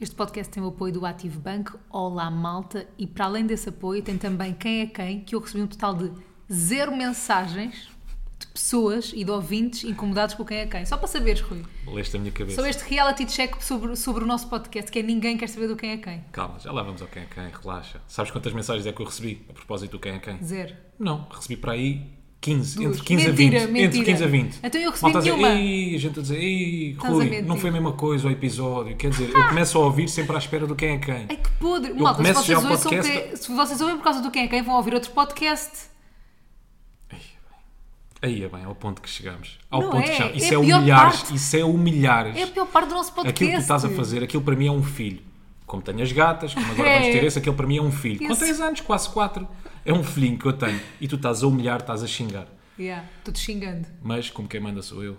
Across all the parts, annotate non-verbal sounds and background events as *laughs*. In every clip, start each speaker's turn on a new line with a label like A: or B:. A: Este podcast tem o apoio do Ativo Banco, Olá Malta, e para além desse apoio tem também Quem é Quem, que eu recebi um total de zero mensagens de pessoas e de ouvintes incomodados com o Quem é Quem. Só para saberes, Rui.
B: Leste a minha cabeça.
A: Só este reality check sobre, sobre o nosso podcast, que é ninguém quer saber do Quem é Quem.
B: Calma, já lá vamos ao quem é quem, relaxa. Sabes quantas mensagens é que eu recebi a propósito do quem é quem?
A: Zero.
B: Não, recebi para aí 15,
A: Duas.
B: entre 15
A: Mentira,
B: a 20.
A: mentira.
B: Entre 15 a 20.
A: Então eu recebi
B: Malta a dizer,
A: nenhuma.
B: Ei, gente a dizer, ei,
A: Estás a
B: Rui,
A: mentir.
B: não foi a mesma coisa o episódio. Quer dizer, eu começo a ouvir sempre à espera do quem é quem.
A: Ai que podre! Malta, se
B: começo já
A: vocês,
B: o
A: ouçam
B: podcast-
A: que- se vocês ouvem por causa do Quem é Quem, vão ouvir outro podcast.
B: Aí é bem, ao ponto que chegamos. Ao
A: Não
B: ponto
A: é,
B: que chegamos.
A: é
B: Isso
A: a
B: é,
A: pior
B: humilhares,
A: parte.
B: isso é humilhares.
A: É a pior parte do nosso podcast.
B: aquilo que tu estás a fazer, aquilo para mim é um filho. Como tenho as gatas, como
A: *laughs*
B: agora vamos ter esse, aquele para mim é um filho. Com
A: Esse.
B: 3 anos, quase 4, é um filhinho que eu tenho. E tu estás a humilhar, estás a xingar.
A: Yeah, estou-te xingando.
B: Mas como quem manda sou eu.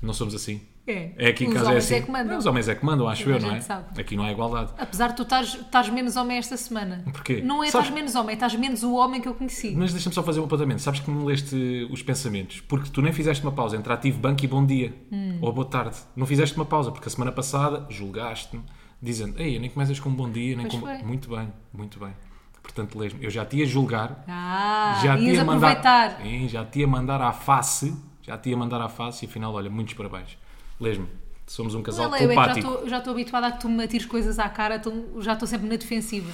B: Não somos assim.
A: É.
B: É aqui em
A: Os
B: casa é
A: homens
B: assim.
A: é que mandam.
B: Não, os homens é que mandam, acho
A: A
B: eu, não
A: gente
B: é?
A: sabe.
B: Aqui não há igualdade.
A: Apesar de tu estás- estás menos homem esta semana.
B: Porquê?
A: Não é
B: Sabes-
A: estás menos homem, estás menos o homem que eu conheci.
B: Mas deixa-me só fazer um apontamento. Sabes que me leste os pensamentos? Porque tu nem fizeste uma pausa entre ativo banco e bom dia.
A: Hum.
B: Ou boa tarde. Não fizeste uma pausa, porque a semana passada julgaste-me, dizendo, ei, nem começas com um bom dia, nem
A: Pois
B: com...
A: foi.
B: Muito bem, muito bem. Portanto, lês-me. Eu já te ia julgar,
A: Ah,
B: já te
A: ias
B: ia mandar...
A: aproveitar.
B: Sim, já te ia mandar à face, já te ia mandar à face e afinal, olha, muitos parabéns. Lês-me. Somos um casal
A: Não é, eu é que já
B: telepático.
A: estou- já estou habituada a que tu me atires coisas à cara, então já estou sempre na defensiva.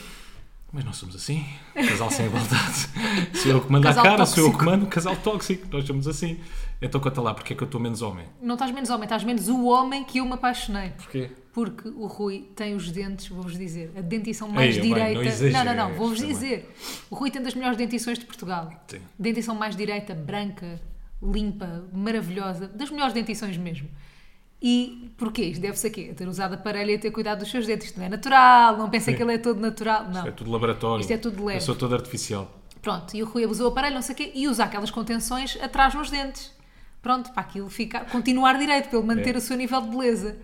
B: Mas nós somos assim. Casal sem igualdade. sou eu que mando a
A: Casal
B: cara, sou eu
A: tóxico.
B: que mando. Casal tóxico. Nós somos assim. Então conta lá, porque é que eu estou menos homem?
A: Não estás menos homem, estás menos o homem que eu me apaixonei.
B: Porquê?
A: Porque o Rui tem os dentes, vou-vos dizer, a dentição mais
B: Ei, bem,
A: direita.
B: não é
A: não, não,
B: exageres
A: não, vou-vos
B: também.
A: dizer. O Rui tem das melhores dentições de Portugal.
B: Sim.
A: Dentição mais direita, branca, limpa, maravilhosa, das melhores dentições mesmo. E porquê? Isto deve-se a quê? A ter usado aparelho e a ter cuidado dos seus dentes. Isto não é natural, não pensem que ele é todo natural. Não.
B: É tudo laboratório.
A: Isto é tudo leve.
B: Eu sou todo artificial.
A: Pronto, e o Rui abusou do aparelho, não sei o quê, e usa aquelas contenções atrás nos dentes. Pronto, para aquilo ficar, continuar direito, para ele manter
B: É.
A: o seu nível de beleza.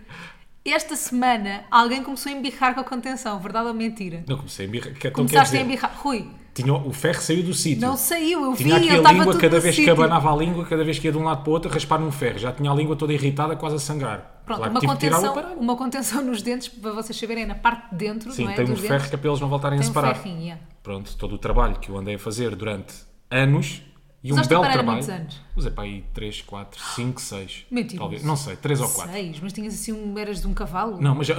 A: Esta semana, alguém começou a embirrar com a contenção, verdade ou mentira?
B: Não comecei a embirrar. Que, então, quer
A: Começaste a
B: dizer,
A: embirrar. Rui,
B: tinha, o ferro saiu do sítio.
A: não saiu, eu
B: Tinha
A: vi,
B: aqui
A: eu
B: a
A: estava
B: língua,
A: tudo
B: cada
A: no
B: vez que
A: sítio.
B: abanava a língua, cada vez que ia de um lado para o outro, raspar um ferro. Já tinha a língua toda irritada, quase a sangrar.
A: Pronto,
B: Claro que
A: uma,
B: tive que tirar o
A: contenção,
B: aparelho.
A: uma contenção nos dentes, para vocês saberem, é na parte de dentro,
B: Sim,
A: não é?
B: tem um
A: dos
B: ferro
A: dentes.
B: que é para eles não voltarem a
A: Tem um
B: separar.
A: ferrinho, yeah.
B: pronto, todo o trabalho que eu andei a fazer durante anos e um
A: Usaste
B: belo
A: aparelho há
B: trabalho.
A: muitos anos?
B: Usei para aí 3, 4, 5, 6.
A: Mentiroso.
B: Talvez, não sei, 3 ou 4.
A: Seis, mas tinhas assim um, eras de um cavalo?
B: Não, mas já. *laughs*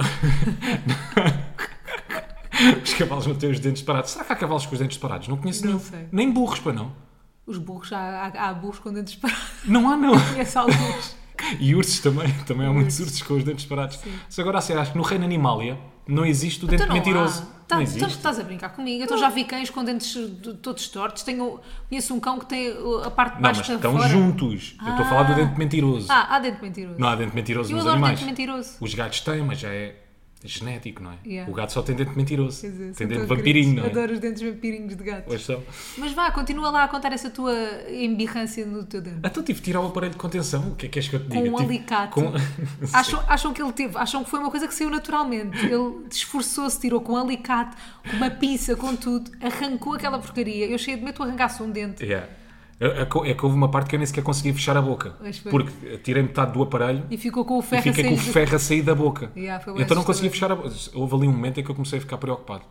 B: os cavalos não têm os dentes parados. Será que há cavalos com os dentes parados? Não conheço
A: Não
B: nenhum.
A: sei.
B: Nem burros, para não.
A: Os burros, há, há, há burros com dentes parados, *laughs*
B: Não há, não. *laughs*
A: conheço alguns.
B: E ursos também. Também há muitos ursos com os dentes parados. Mas agora, assim, acho que no reino animalia não existe o dente
A: Então não
B: mentiroso.
A: há. Tá-
B: não
A: então
B: existe.
A: estás a brincar comigo. Então já vi cães com dentes de- todos tortos. Tenho, conheço um cão que tem uh, a parte de
B: Não,
A: baixo
B: mas
A: da
B: estão
A: fora.
B: juntos. Eu estou a falar do dente mentiroso.
A: Ah, há dente mentiroso.
B: Não há dente mentiroso
A: Eu
B: nos
A: adoro
B: animais.
A: dente mentiroso.
B: Os gatos têm, mas já é genético, não é?
A: Yeah.
B: O gato só tem dente mentiroso.
A: Quer dizer, são
B: tem dente
A: todos
B: vampirinho,
A: queridos.
B: não é?
A: Adoro os dentes vampirinhos de gato.
B: Pois são.
A: Mas vá, continua lá a contar essa tua embirrância no teu
B: *laughs*
A: dente.
B: Então tive de tirar o aparelho de contenção. O que é que és que eu te
A: Com
B: diga?
A: um
B: Tive-
A: alicate.
B: com- *laughs*
A: Acham, acham que ele teve, acham que foi uma coisa que saiu naturalmente. Ele esforçou-se, tirou com um alicate, com uma pinça, com tudo, arrancou aquela porcaria. Eu cheio de medo que tu arrancasse um dente.
B: Yeah. É, é que- é que houve uma parte que eu nem sequer consegui fechar a boca.
A: Pois foi.
B: Porque tirei metade do aparelho
A: E ficou com o
B: e
A: ferro a
B: fiquei com o
A: sair do-
B: ferro a sair da boca.
A: Yeah, foi bué
B: então não conseguia
A: assustador.
B: fechar a boca. Houve ali um momento em que eu comecei a ficar preocupado.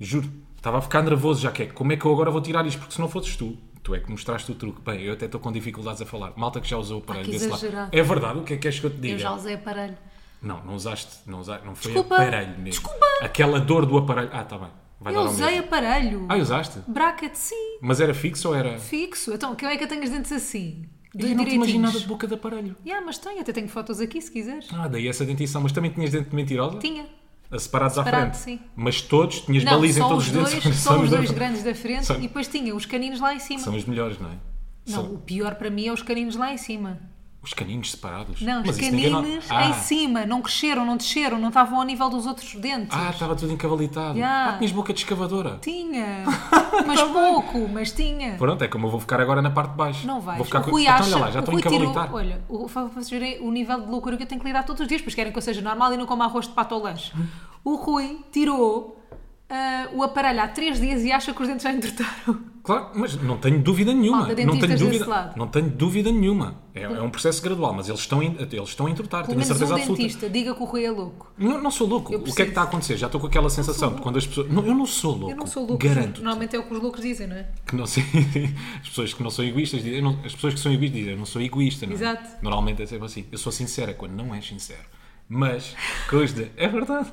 B: Juro. Estava a ficar nervoso já que é. Como é que eu agora vou tirar isto? Porque se não fosses tu, tu é que mostraste o truque. Bem, eu até estou com dificuldades a falar. Malta que já usou o aparelho
A: que
B: desse lado.
A: exagerado.
B: É verdade, o que é que és que eu te diga?
A: Eu já usei aparelho.
B: Não, não usaste, não usaste, não foi
A: Desculpa.
B: aparelho mesmo.
A: Desculpa.
B: Aquela dor do aparelho. Ah, tá bem. Vai
A: Eu
B: dar ao
A: usei
B: mesmo.
A: aparelho.
B: Ah, usaste?
A: Bracket, sim.
B: Mas era fixo ou era.
A: Fixo. Então, que é que eu tenho os dentes assim? Dois
B: Eu não te imagino
A: direitinhos.
B: nada de boca de aparelho.
A: Yeah, mas tenho, até tenho fotos aqui se quiseres.
B: Ah, daí essa dentição, mas também tinhas dente de mentirosa?
A: Tinha.
B: A separados
A: Separado,
B: à frente.
A: sim.
B: Mas todos, tinhas
A: Não,
B: baliza em
A: só
B: todos
A: os
B: dentes. *laughs*
A: dois, só os dois grandes da frente
B: São-
A: e depois tinha os caninos lá em cima.
B: São os melhores, não é?
A: Não, o
B: São
A: pior para mim é os caninos lá em cima.
B: os caninhos separados.
A: Não, os
B: Mas isso ninguém não-
A: caninos
B: Ah.
A: em cima. Não cresceram, não desceram, não estavam ao nível dos outros dentes.
B: Ah, estava tudo encavalitado.
A: Yeah.
B: Ah, tinhas boca de escavadora. *laughs*
A: Tinha.
B: Tá
A: Mas pouco, mas tinha.
B: Pronto, é como eu vou ficar agora na parte de baixo.
A: Não vais.
B: Vou ficar
A: o
B: com-
A: Rui
B: Então,
A: acha...
B: olha lá, já
A: o
B: estou a
A: Rui tirou...
B: encavalitar.
A: Olha, o, fa- vocês verem o nível de loucura que eu tenho que lidar todos os dias, pois querem que eu seja normal e não coma arroz de pato ao
B: *laughs*
A: lanche. O Rui tirou ah, o aparelho há três dias e acha que os dentes já entortaram.
B: Claro, mas não tenho dúvida nenhuma.
A: Falta
B: não
A: dentistas
B: tenho
A: desse
B: dúvida,
A: lado.
B: não tenho dúvida nenhuma. É, é um processo gradual, mas eles estão, em- eles estão a entortar,
A: Pelo
B: tenho a
A: menos
B: certeza
A: um
B: absoluta.
A: dentista diga que o Rui é louco.
B: Não, não sou louco.
A: Eu
B: O que é que está a acontecer? Já estou com aquela sensação de quando as pessoas. Não, eu não sou louco.
A: Eu não sou louco.
B: Garanto.
A: Normalmente é o que os loucos dizem, não é?
B: Que não sei. *laughs* As pessoas que não são egoístas dizem. eu não- As pessoas que são egoístas dizem. Eu não sou egoísta, não é?
A: Exato.
B: Normalmente é sempre assim. Eu sou sincera quando não é sincero. Mas, com os dentes. É verdade.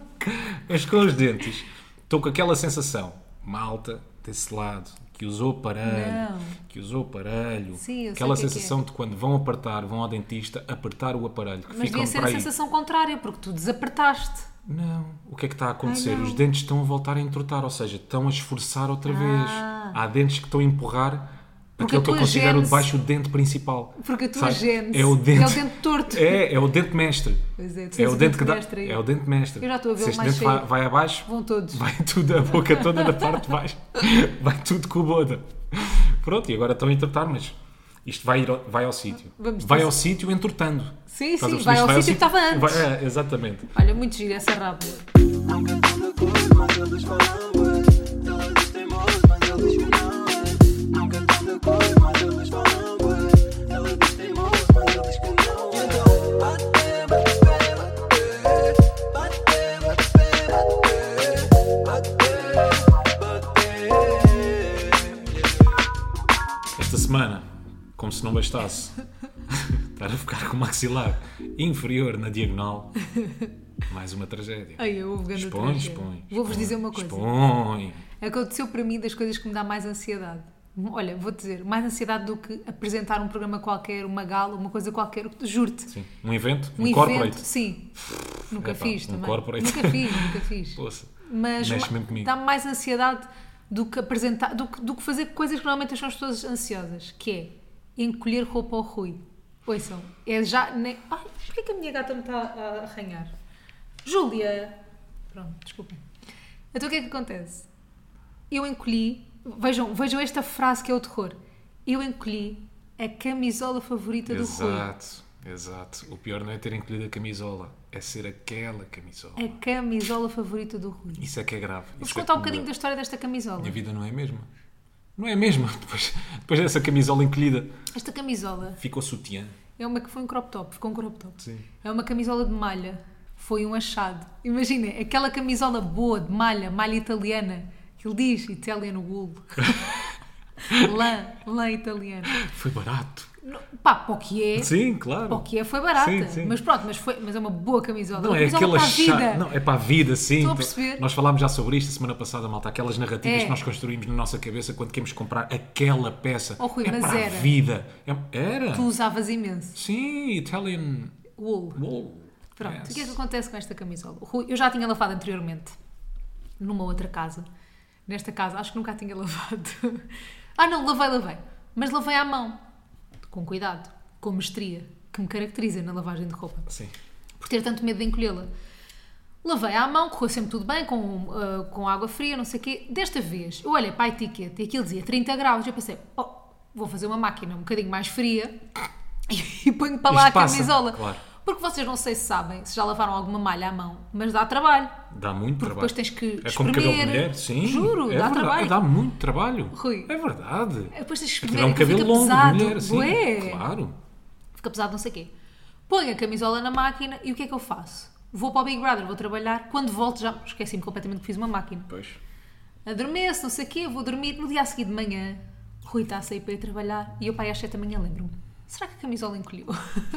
B: Mas com os dentes, estou com aquela sensação. Malta desse lado. Que usou aparelho.
A: Não.
B: Que usou aparelho.
A: Sim, eu sei
B: aquela
A: o que é que é.
B: sensação de quando vão apertar, vão ao dentista, apertar o aparelho. Que
A: Mas
B: ficam
A: devia ser
B: para
A: a
B: aí.
A: sensação contrária, porque tu desapertaste.
B: Não. O que é que está a acontecer?
A: não.
B: Os dentes estão a voltar a entortar, ou seja, estão a esforçar outra vez.
A: Ah.
B: Há dentes que estão a empurrar
A: Porque
B: aquilo que
A: a
B: eu
A: tua
B: considero
A: gênese-
B: de baixo o dente principal.
A: Porque a tua
B: Sabes?
A: gênese
B: É o dente,
A: é o dente torto.
B: É, é o dente mestre.
A: Pois é, tu
B: é
A: tens
B: o
A: o
B: dente
A: dente
B: que dá.
A: mestre aí.
B: É o dente mestre.
A: Eu já estou a vê-lo
B: Se este
A: mais
B: dente vai,
A: cheio.
B: vai abaixo,
A: Vão todos.
B: vai tudo, a boca toda da parte de baixo. *laughs* Vai tudo com o boda. Pronto, e agora estão a entortar, mas isto vai, ir ao- vai ao sítio.
A: Vamos
B: Vai
A: dizer-
B: ao sítio entortando.
A: Sim,
B: Estás a
A: sim,
B: perceber?
A: vai
B: Isto
A: ao sítio que estava antes.
B: Vai- é, exatamente.
A: Olha, muito giro essa rábula.
C: Nunca tão de cor, mas eles falam bué. Todos teimosos, mas eles que não é. Nunca tão de cor, mas eles falam bué. Ela diz teimoso, mas eles que não é. Então, bate, bate, bate, bate. Bate, bate, bate, bate. Yeah.
B: Esta semana, como se não bastasse *laughs* estar a ficar com o maxilar inferior na diagonal, mais uma tragédia.
A: Ai, eu houve grande
B: expõe,
A: tragédia.
B: expõe.
A: Vou-vos
B: expõe,
A: dizer uma coisa.
B: Expõe.
A: Aconteceu para mim das coisas que me dá mais ansiedade. Olha, vou dizer, mais ansiedade do que apresentar um programa qualquer, uma gala, uma coisa qualquer, juro-te.
B: Sim. Um evento, um,
A: Um
B: corporate.
A: evento, sim. Nunca
B: Epá,
A: fiz
B: um
A: também.
B: corporate.
A: Nunca fiz, nunca
B: *laughs*
A: fiz.
B: Poça,
A: Mas
B: Mexe
A: ma-
B: mesmo comigo.
A: dá-me mais ansiedade do que apresentar, do que, do que fazer coisas que normalmente deixam as pessoas ansiosas, que é encolher roupa ao Rui. Ouçam, é já. Nem... Ai, porquê que a minha gata me está a arranhar? Júlia! Pronto, desculpem. Então o que é que acontece? Eu encolhi, vejam, vejam esta frase que é o terror. Eu encolhi a camisola favorita do Rui.
B: Exato, exato. O pior não é ter encolhido a camisola, é ser aquela camisola.
A: A camisola favorita do Rui.
B: Isso é que é grave.
A: É. Vou-vos
B: Isso é
A: contar um
B: que me
A: bocadinho da
B: dá.
A: história desta camisola.
B: Minha vida não é a mesma. Não é a mesma. *laughs* Depois, depois dessa camisola encolhida,
A: Esta camisola
B: ficou sutiã.
A: É uma que foi um crop top, ficou um crop top.
B: Sim.
A: É uma camisola de malha, foi um achado. Imagina, aquela camisola boa de malha, malha italiana, que ele diz Italian
B: *laughs*
A: wool. lã, lã italiana.
B: Foi barato.
A: Não, pá, para o que é,
B: Sim, claro.
A: para o que é foi barata.
B: Sim, sim.
A: Mas pronto, mas, foi, mas é uma boa camisola.
B: Não,
A: uma
B: é
A: camisola
B: aquela
A: para a vida.
B: chá- Não, é para a vida, sim.
A: Estão a perceber?
B: Nós falámos já sobre isto a semana passada, malta. Aquelas narrativas
A: É.
B: que nós construímos na nossa cabeça quando queremos comprar aquela peça.
A: Oh, Rui,
B: é
A: mas
B: para
A: era.
B: a vida. É- Era?
A: Tu usavas imenso.
B: Sim, Italian
A: Wool.
B: Wool.
A: Pronto,
B: Yes.
A: o que é que acontece com esta camisola? Rui, eu já tinha lavado anteriormente, numa outra casa. Nesta casa, acho que nunca a tinha *laughs* lavado. ah, não, lavei, lavei. Mas lavei à mão, com cuidado, com mestria, que me caracteriza na lavagem de roupa,
B: Sim.
A: por ter tanto medo de encolhê-la. Lavei à mão, correu sempre tudo bem, com, ah, com água fria, não sei o quê. Desta vez, eu olhei para a etiqueta e aquilo dizia 30 graus. Eu pensei, oh, vou fazer uma máquina um bocadinho mais fria *laughs* e ponho para lá
B: Isto
A: a
B: passa,
A: camisola.
B: claro.
A: Porque vocês não sei se sabem, se já lavaram alguma malha à mão, mas dá trabalho.
B: Dá muito trabalho.
A: depois tens que
B: É como cabelo de
A: espremer.
B: mulher, sim.
A: Juro,
B: é
A: dá
B: verdade,
A: trabalho.
B: Dá muito trabalho.
A: Rui.
B: É verdade.
A: Depois tens que
B: Aquilo
A: espremer,
B: é um
A: aquilo
B: cabelo
A: fica
B: longo
A: pesado.
B: de mulher, sim.
A: bué.
B: Claro.
A: Fica pesado não sei o quê. Põe a camisola na máquina e o que é que eu faço? Vou para o Big Brother, vou trabalhar. Quando volto já esqueci-me completamente que fiz uma máquina.
B: Pois.
A: Adormeço, não sei o quê, vou dormir. No dia a seguir de manhã, Rui está a sair para ir trabalhar e eu para aí às 7 da manhã lembro-me. Será que a camisola encolheu? *laughs*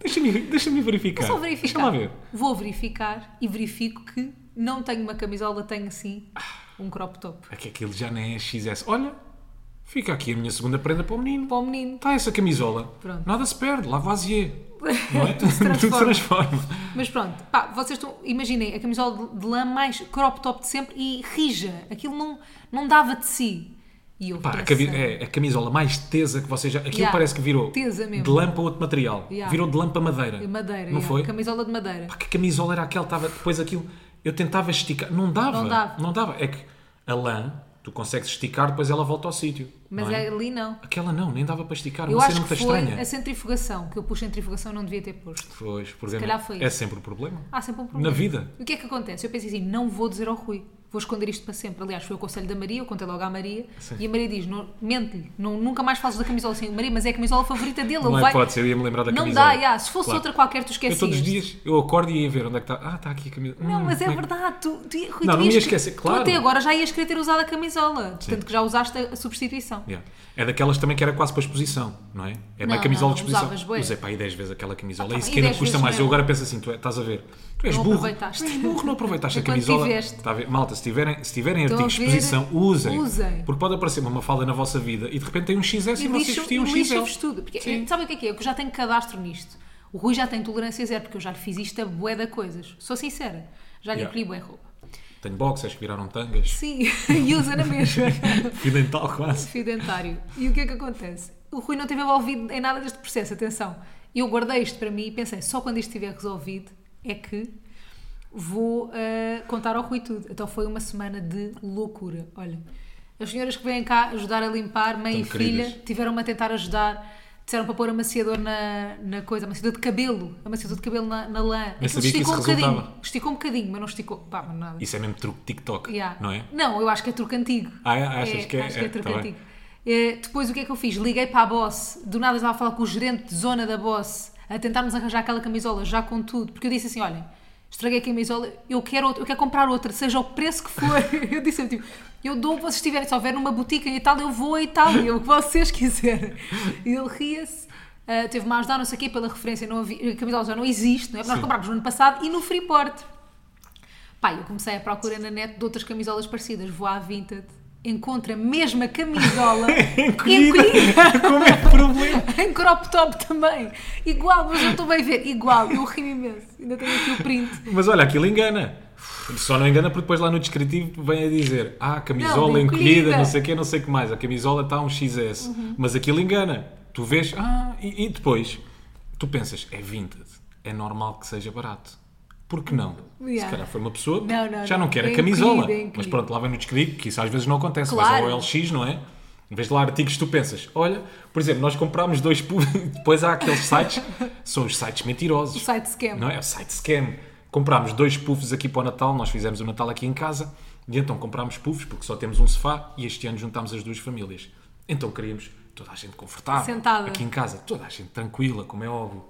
B: Deixa-me deixa verificar.
A: Vou só verificar.
B: Deixa-me lá ver.
A: Vou verificar e verifico que não tenho uma camisola, tenho sim um crop top.
B: É que aquilo já nem é XS. Olha, fica aqui a minha segunda prenda para o menino.
A: Para o menino.
B: Está essa camisola.
A: Pronto.
B: Nada se
A: *laughs*
B: perde, Lavoisier. Não é? Tudo se
A: transforma.
B: transforma.
A: Mas pronto, pá, vocês estão. Imaginem, a camisola de, de lã mais crop top de sempre e rija. Aquilo não, não dava de si. E eu
B: Pá, a,
A: pensei,
B: cavi- é a camisola mais tesa que vocês já. Aquilo
A: Yeah.
B: parece que virou
A: Tesa mesmo.
B: de lã para outro material.
A: Yeah.
B: Virou de lã para madeira.
A: Madeira,
B: Não
A: yeah,
B: foi?
A: Camisola de madeira.
B: Pá, que camisola era aquela? Tava... Depois aquilo. Eu tentava esticar. Não dava.
A: Não dava.
B: É que a lã, tu consegues esticar, depois ela volta ao sítio.
A: Mas
B: não é?
A: ali não.
B: Aquela não, nem dava para esticar.
A: Eu
B: é Uma
A: acho
B: cena muito
A: que foi assim.
B: estranha.
A: a centrifugação, que eu pus centrifugação e não devia ter posto.
B: Pois, por exemplo,
A: calhar foi
B: É
A: isso.
B: sempre o problema.
A: Há sempre um problema.
B: Na vida.
A: E O que é que acontece? Eu pensei assim, não vou dizer ao Rui. vou esconder isto para sempre. Aliás, foi o conselho da Maria, eu contei logo à Maria.
B: Sim.
A: E a Maria diz: "Não- mente-lhe, não- nunca mais fazes da camisola assim. Maria, mas é a camisola favorita dele.
B: Não
A: ele
B: é
A: vai...
B: hipótese, eu ia me lembrar da
A: Não
B: camisola.
A: dá, já. se fosse
B: Claro.
A: outra qualquer, tu esquecias.
B: Eu todos os dias eu acordo e ia ver onde é que está. Ah, está aqui a camisola.
A: Não,
B: Hum,
A: mas é
B: como que-
A: verdade. Tu, tu, Rui, tu
B: Não, não
A: ias
B: ia
A: que-
B: esquecer,
A: tu
B: claro.
A: até agora já ias querer ter usado a camisola. Portanto,
B: Sim.
A: que já usaste a a substituição.
B: Yeah. É daquelas também que era quase para exposição, não é? Era uma
A: Não,
B: camisola
A: não,
B: de exposição.
A: usavas bué.
B: Usei para aí 10 vezes aquela camisola.
A: Ah,
B: é
A: pá,
B: isso
A: e
B: que ainda
A: 10
B: custa
A: vezes
B: mais. Eu
A: mesmo.
B: agora penso assim, tu é- estás a ver. Tu és
A: Não
B: burro.
A: aproveitaste.
B: Tu és burro, não aproveitaste a
A: Enquanto
B: camisola.
A: tiveste.
B: Está a ver? Malta, se tiverem, se tiverem
A: Estão
B: artigos de
A: a ver?
B: exposição, usem.
A: Usem.
B: Porque pode aparecer uma falda na vossa vida e de repente tem um XS e,
A: E
B: vocês
A: lixo-
B: vestiam um
A: e
B: XL.
A: lixo-vos tudo. Porque,
B: Sim.
A: sabe o que é que é? Eu já tenho cadastro nisto. O Rui já tem tolerância zero, porque eu já lhe fiz isto a bué da coisas. Sou sincera. Já lhe
B: Yeah.
A: colhi bué roupa.
B: Tenho boxers que
A: *laughs*
B: viraram tangas.
A: Sim, e usa na mesma.
B: Fio dental quase.
A: Fio dentário. E o que é que acontece? O Rui não esteve envolvido em nada deste processo, atenção. Eu guardei isto para mim e pensei, só quando isto estiver resolvido é que vou ah, contar ao Rui tudo. Então foi uma semana de loucura. Olha, as senhoras que vêm cá ajudar a limpar, mãe
B: Tão
A: e filha,
B: queridas.
A: tiveram-me a tentar ajudar. Disseram para pôr amaciador na, na coisa, amaciador de cabelo, amaciador de cabelo na, na lã. Aquilo
B: sabia que
A: esticou
B: isso
A: um bocadinho,
B: resultava.
A: esticou um bocadinho, mas não esticou, pá, mas nada.
B: Isso é mesmo truque de TikTok,
A: Yeah.
B: não é?
A: eu acho que é truque antigo.
B: Ah, é? Achas que é?
A: Acho que é
B: É,
A: truque
B: tá bem.
A: antigo. Eh, depois o que é que eu fiz? Liguei para a boss, do nada estava a falar com o gerente de zona da boss, a tentarmos arranjar aquela camisola já com tudo, porque eu disse assim: olhem, estraguei a camisola, eu quero, outra, eu quero comprar outra, seja o preço que for. *laughs* eu disse tipo, eu dou, vocês estiverem, se houver numa botica em Itália, eu vou a Itália, o que vocês quiserem. E ele ria-se. eh, teve-me a ajudar, não sei o quê, pela referência, não havia- a camisola já não existe, não é? Nós
B: Sim.
A: comprámos no ano passado e no Freeport. Pá, eu comecei a procurar na net de outras camisolas parecidas. Vou à Vinted, encontro a mesma camisola
B: *laughs* *laughs* Encolhida.
A: encolhida,
B: Como é que problema?
A: *laughs* em crop top também. Igual, mas não estou bem a ver. Igual, eu ri imenso. Ainda tenho aqui o print.
B: Mas olha, aquilo engana. Só não engana porque depois lá no descritivo vem a dizer ah, camisola
A: Não, encolhida.
B: encolhida, não sei o que, não sei o que mais. A camisola está um XS.
A: Uhum.
B: Mas aquilo engana. Tu vês, ah, e, e depois tu pensas, é vintage, é normal que seja barato. Por que não?
A: Yeah.
B: Se calhar foi uma pessoa que
A: Não, não,
B: já não
A: não.
B: quer
A: É
B: a camisola.
A: encolhida, é encolhida.
B: Mas pronto, lá vem no descritivo, que isso às vezes não acontece. Mas
A: Claro.
B: ao LX, não é? Em vez de lá artigos, que tu pensas, olha, por exemplo, nós comprámos dois, pu- *laughs* depois há aqueles sites, são os sites mentirosos.
A: O site scam.
B: Não é? O site scam. Comprámos dois puffs aqui para o Natal, nós fizemos o Natal aqui em casa e então comprámos puffs porque só temos um sofá e este ano juntámos as duas famílias. Então queríamos toda a gente confortável.
A: Sentada.
B: Aqui em casa, toda a gente tranquila, como é óbvio.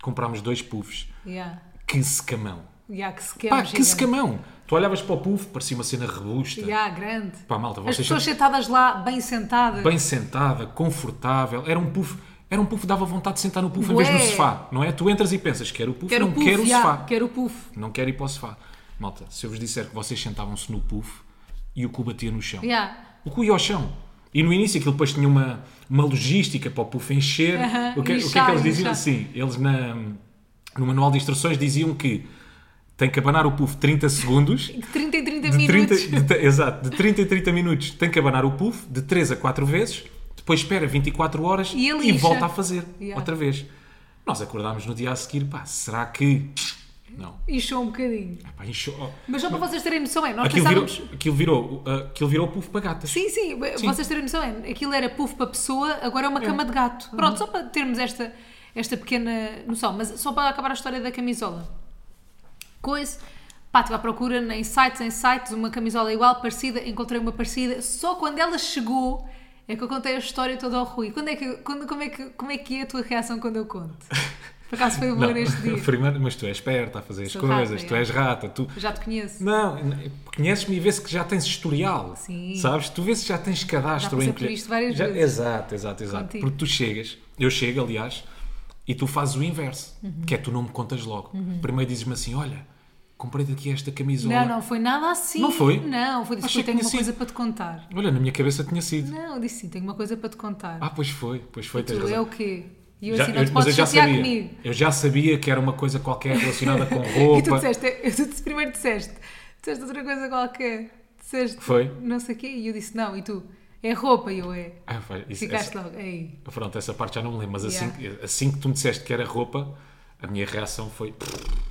B: Comprámos dois puffs.
A: Yeah.
B: Que secamão.
A: Yeah, que scam.
B: Pá, que
A: gigante.
B: secamão. Tu olhavas para o puff, parecia uma cena robusta.
A: Yeah, grande.
B: Pá, malta,
A: As
B: vocês
A: pessoas sentadas lá, bem sentadas.
B: bem sentada, confortável. Era um puff, era um puff que dava vontade de sentar no puff em vez
A: Bué.
B: do sofá, não é? Tu entras e pensas, quero o puff,
A: Quero
B: não
A: o puff.
B: quero o
A: yeah,
B: sofá.
A: Quero o puff.
B: Não quero ir para o sofá. Malta, se eu vos disser que vocês sentavam-se no puff e o cu batia no chão.
A: Yeah.
B: O cu ia ao chão. E no início aquilo depois tinha uma, uma logística para o puff encher.
A: Aham,
B: O, que, o que é
A: inchar,
B: que eles diziam?
A: inchar.
B: Assim, eles na, no manual de instruções diziam que tem que abanar o puff 30 segundos.
A: De 30 em 30
B: De
A: minutos.
B: 30, de- exato, de 30 em 30 minutos tem que abanar o puff de 3 a 4 vezes, depois espera 24 horas
A: E ele incha.
B: volta a fazer
A: Yeah.
B: outra vez. Nós acordámos no dia a seguir, pá, será que. Não.
A: Inchou um bocadinho.
B: Pá, inchou. oh.
A: Mas só para vocês terem noção, é, nós
B: Aquilo virou,
A: pensávamos...
B: aquilo, virou, uh, aquilo virou puff para gatas.
A: Sim, sim, vocês terem noção, é, aquilo era puff para pessoa, agora é uma cama de gato.
B: Uhum.
A: Pronto, só para termos esta, esta pequena noção, mas só para acabar a história da camisola. Coisa, pá, estive à procura em sites, em sites, uma camisola igual, parecida, encontrei uma parecida, só quando ela chegou é que eu contei a história toda ao Rui. Quando é que, quando, como, é que, como é que é a tua reação quando eu conto? Por acaso foi boa
B: *laughs* Não,
A: neste dia?
B: primeiro, mas tu és esperta a fazer as
A: Sou
B: coisas,
A: rata,
B: tu
A: é.
B: és rata, tu.
A: Já te conheço.
B: Não, conheces-me e vês que já tens historial.
A: Sim.
B: Sabes? Tu vês que já tens
A: Já
B: cadastro.
A: passei
B: em
A: por
B: colhe-
A: isto várias
B: já-
A: vezes.
B: Exato, exato, exato.
A: Contigo.
B: Porque tu chegas, eu chego, aliás, e tu fazes o inverso,
A: Uhum.
B: que é tu não me contas logo. Primeiro dizes-me assim: olha, comprei-te aqui esta camisola.
A: Não, não foi nada assim.
B: Não foi?
A: Não, foi disse,
B: Achei
A: "Rui,
B: que
A: tenho uma
B: tinha sido."
A: coisa para te contar.
B: Olha, na minha cabeça tinha sido.
A: Não, eu disse sim, tenho uma coisa para te contar.
B: Ah, pois foi, pois foi, tens
A: Tu é
B: razão.
A: o quê? E eu
B: Já-
A: assim, não
B: eu-
A: te
B: mas eu
A: podes
B: já
A: chatear
B: sabia.
A: comigo.
B: Eu já sabia que era uma coisa qualquer relacionada
A: *laughs* E
B: com
A: tu
B: roupa.
A: disseste, eu, tu disse- primeiro disseste, disseste outra coisa qualquer. Disseste,
B: Foi?
A: Não sei o quê. E eu disse, não, e tu, é roupa, e eu é.
B: Ah, foi, isso-
A: Ficaste
B: essa-
A: logo, aí.
B: Pronto, essa parte já não me lembro, mas assim,
A: Yeah.
B: que- assim que tu me disseste que era roupa, a minha reação foi.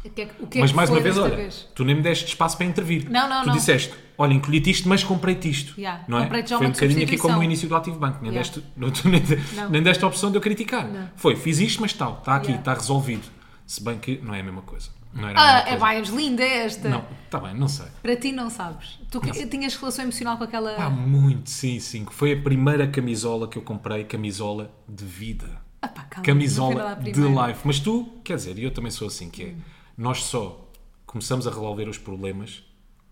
A: O que é, que- o que é
B: mas
A: que
B: mais
A: foi
B: uma vez,
A: desta
B: olha, tu nem me deste espaço para intervir.
A: Não, não,
B: tu
A: não.
B: disseste, olha, encolhi-te isto, mas comprei-te isto.
A: Yeah,
B: Não é?
A: comprei-te já
B: Foi
A: uma
B: um bocadinho aqui
A: substituição.
B: como o início do Ativo Banco. Nem,
A: Yeah.
B: deste, não, tu nem, de-
A: Não.
B: nem deste a opção de eu criticar.
A: Não.
B: Foi, fiz isto, mas tal, está aqui,
A: Yeah.
B: está resolvido. Se bem que não é a mesma coisa. Não era
A: Ah,
B: a mesma
A: é
B: coisa.
A: mais linda esta.
B: Não, está bem, não sei.
A: Para ti não sabes. Tu que- tinhas relação emocional com aquela.
B: Pá, muito, sim, sim. que Foi a primeira camisola que eu comprei, camisola de vida.
A: Ah pá, calma, não foi lá
B: Camisola
A: a
B: de
A: primeira.
B: life. Mas tu, quer dizer, e eu também sou assim, que é, nós só começamos a resolver os problemas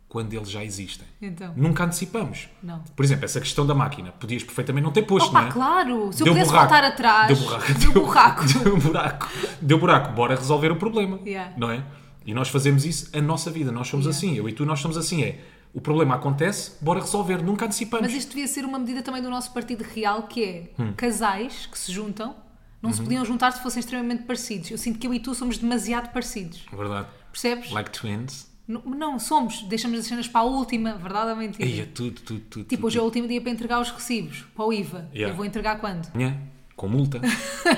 B: quando eles já existem.
A: Então.
B: Nunca antecipamos.
A: Não.
B: Por exemplo, essa questão da máquina, podias perfeitamente não ter posto,
A: Opa,
B: não é?
A: claro! Se eu
B: Deu
A: pudesse
B: buraco.
A: voltar atrás.
B: Deu buraco.
A: Deu buraco.
B: *laughs* Deu buraco. Deu buraco. Bora resolver o problema.
A: Yeah.
B: Não é? E nós fazemos isso a nossa vida. Nós somos
A: Yeah.
B: assim. Eu e tu, nós somos assim. É, o problema acontece, bora resolver. Nunca antecipamos.
A: Mas isto devia ser uma medida também do nosso partido real, que é
B: Hum.
A: casais que se juntam não
B: Uhum.
A: se podiam juntar se fossem extremamente parecidos. Eu sinto que eu e tu somos demasiado parecidos.
B: Verdade.
A: Percebes?
B: Like twins.
A: Não, não, somos. Deixamos as cenas para a última, verdade ou mentira?
B: Eia, é tudo, tudo, tudo.
A: Tipo,
B: tudo.
A: hoje é o último dia para entregar os recibos para o IVA.
B: Yeah.
A: Eu vou entregar quando? *laughs*
B: Amanhã, Com multa.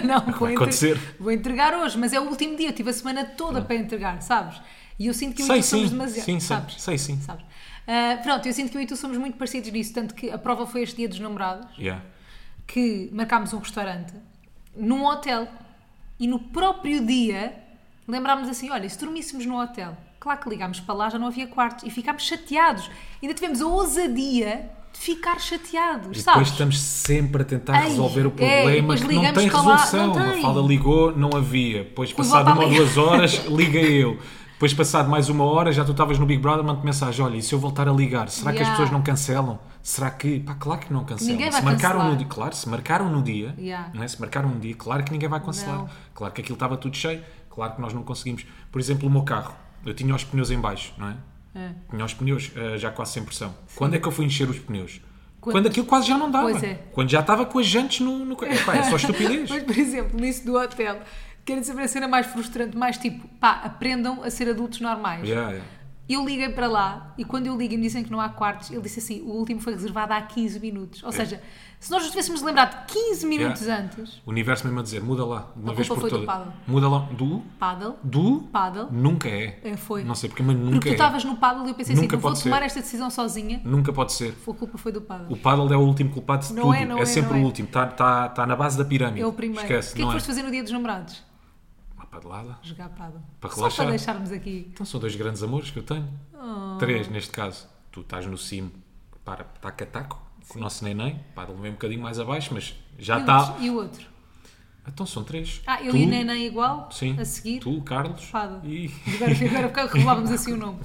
A: não, vou, entre-
B: acontecer. Ah.
A: vou entregar hoje, mas é o último dia. Eu tive a semana toda para entregar, sabes? E eu sinto que eu e
B: Sei
A: tu somos
B: sim.
A: demasiado.
B: Sim, sei.
A: sabes?
B: Sei sim.
A: Sabes? Ah, pronto, eu sinto que eu e tu somos muito parecidos nisso. Tanto que a prova foi este dia dos namorados.
B: Yeah.
A: que marcámos um restaurante num hotel e no próprio dia lembrámos assim: olha, se dormíssemos no hotel, claro que ligámos para lá, já não havia quartos e ficámos chateados. Ainda tivemos a ousadia de ficar chateados,
B: E depois
A: sabes?
B: estamos sempre a tentar
A: Ei,
B: resolver o
A: é, e
B: problema
A: depois
B: que não
A: ligamos
B: tem
A: para lá,
B: resolução.
A: não tem.
B: A Mafalda ligou, não havia. Depois,
A: Rui
B: passado
A: volta
B: uma
A: a
B: ou
A: ligar.
B: duas horas, liga eu. Depois, passado mais uma hora, já tu estavas no Big Brother, mando mensagem: olha, e se eu voltar a ligar, será que as
A: Yeah.
B: pessoas não cancelam? Será que. Pá, claro que não cancelam.
A: Ninguém vai
B: se marcaram
A: cancelar.
B: no dia, claro, se marcaram no dia,
A: Yeah.
B: não é? se marcaram um dia, claro que ninguém vai cancelar.
A: Não.
B: Claro que aquilo estava tudo cheio, claro que nós não conseguimos. Por exemplo, o meu carro, eu tinha os pneus em baixo, não é?
A: Ah,
B: Tinha os pneus eh, já quase sem pressão. Quando é que eu fui encher os pneus?
A: Quando-
B: Quando, aquilo quase já não dava.
A: Pois é.
B: Quando já estava com as jantes no. no...
A: *laughs*
B: Epá, é só estupidez.
A: Mas, por exemplo, nisso do hotel, querem saber a cena mais frustrante, mais tipo, pá, aprendam a ser adultos normais.
B: Yeah, yeah.
A: Eu liguei para lá e quando eu ligo e me dizem que não há quartos, ele disse assim: o último foi reservado há 15 minutos. Ou seja, se nós nos tivéssemos lembrado 15 minutos
B: É. Yeah.
A: antes,
B: O universo mesmo a dizer, muda lá, de uma
A: A
B: vez
A: culpa foi
B: por
A: do
B: toda.
A: Paddle.
B: muda lá. Do?
A: paddle,
B: Do?
A: paddle.
B: Nunca é.
A: É, foi.
B: Não sei porque, mas
A: Porque
B: nunca
A: tu
B: é.
A: estavas no paddle e eu pensei assim:
B: Nunca
A: não vou
B: pode
A: tomar
B: ser.
A: esta decisão sozinha.
B: Nunca pode ser.
A: A culpa foi do paddle.
B: O paddle é o último culpado de
A: Não
B: tudo.
A: é, não é,
B: sempre
A: não é.
B: o último. Está tá, tá na base da pirâmide.
A: É o primeiro.
B: Esquece,
A: o que é que
B: não é?
A: foste fazer no dia dos namorados?
B: Uma padelada.
A: Jogar paddle.
B: Para
A: Só
B: relaxar.
A: para deixarmos aqui.
B: Então são dois grandes amores que eu tenho.
A: Oh.
B: Três, neste caso. Tu estás no cimo, para taca taco, com o nosso neném. Pá, ele vem um bocadinho mais abaixo, mas já
A: e, o
B: está.
A: outro, e o outro?
B: Então são três.
A: Ah, eu
B: Tu,
A: e Neném igual?
B: Sim.
A: A seguir?
B: Tu, Carlos.
A: Paddle.
B: E,
A: Agora, agora porque revelávamos assim o nome.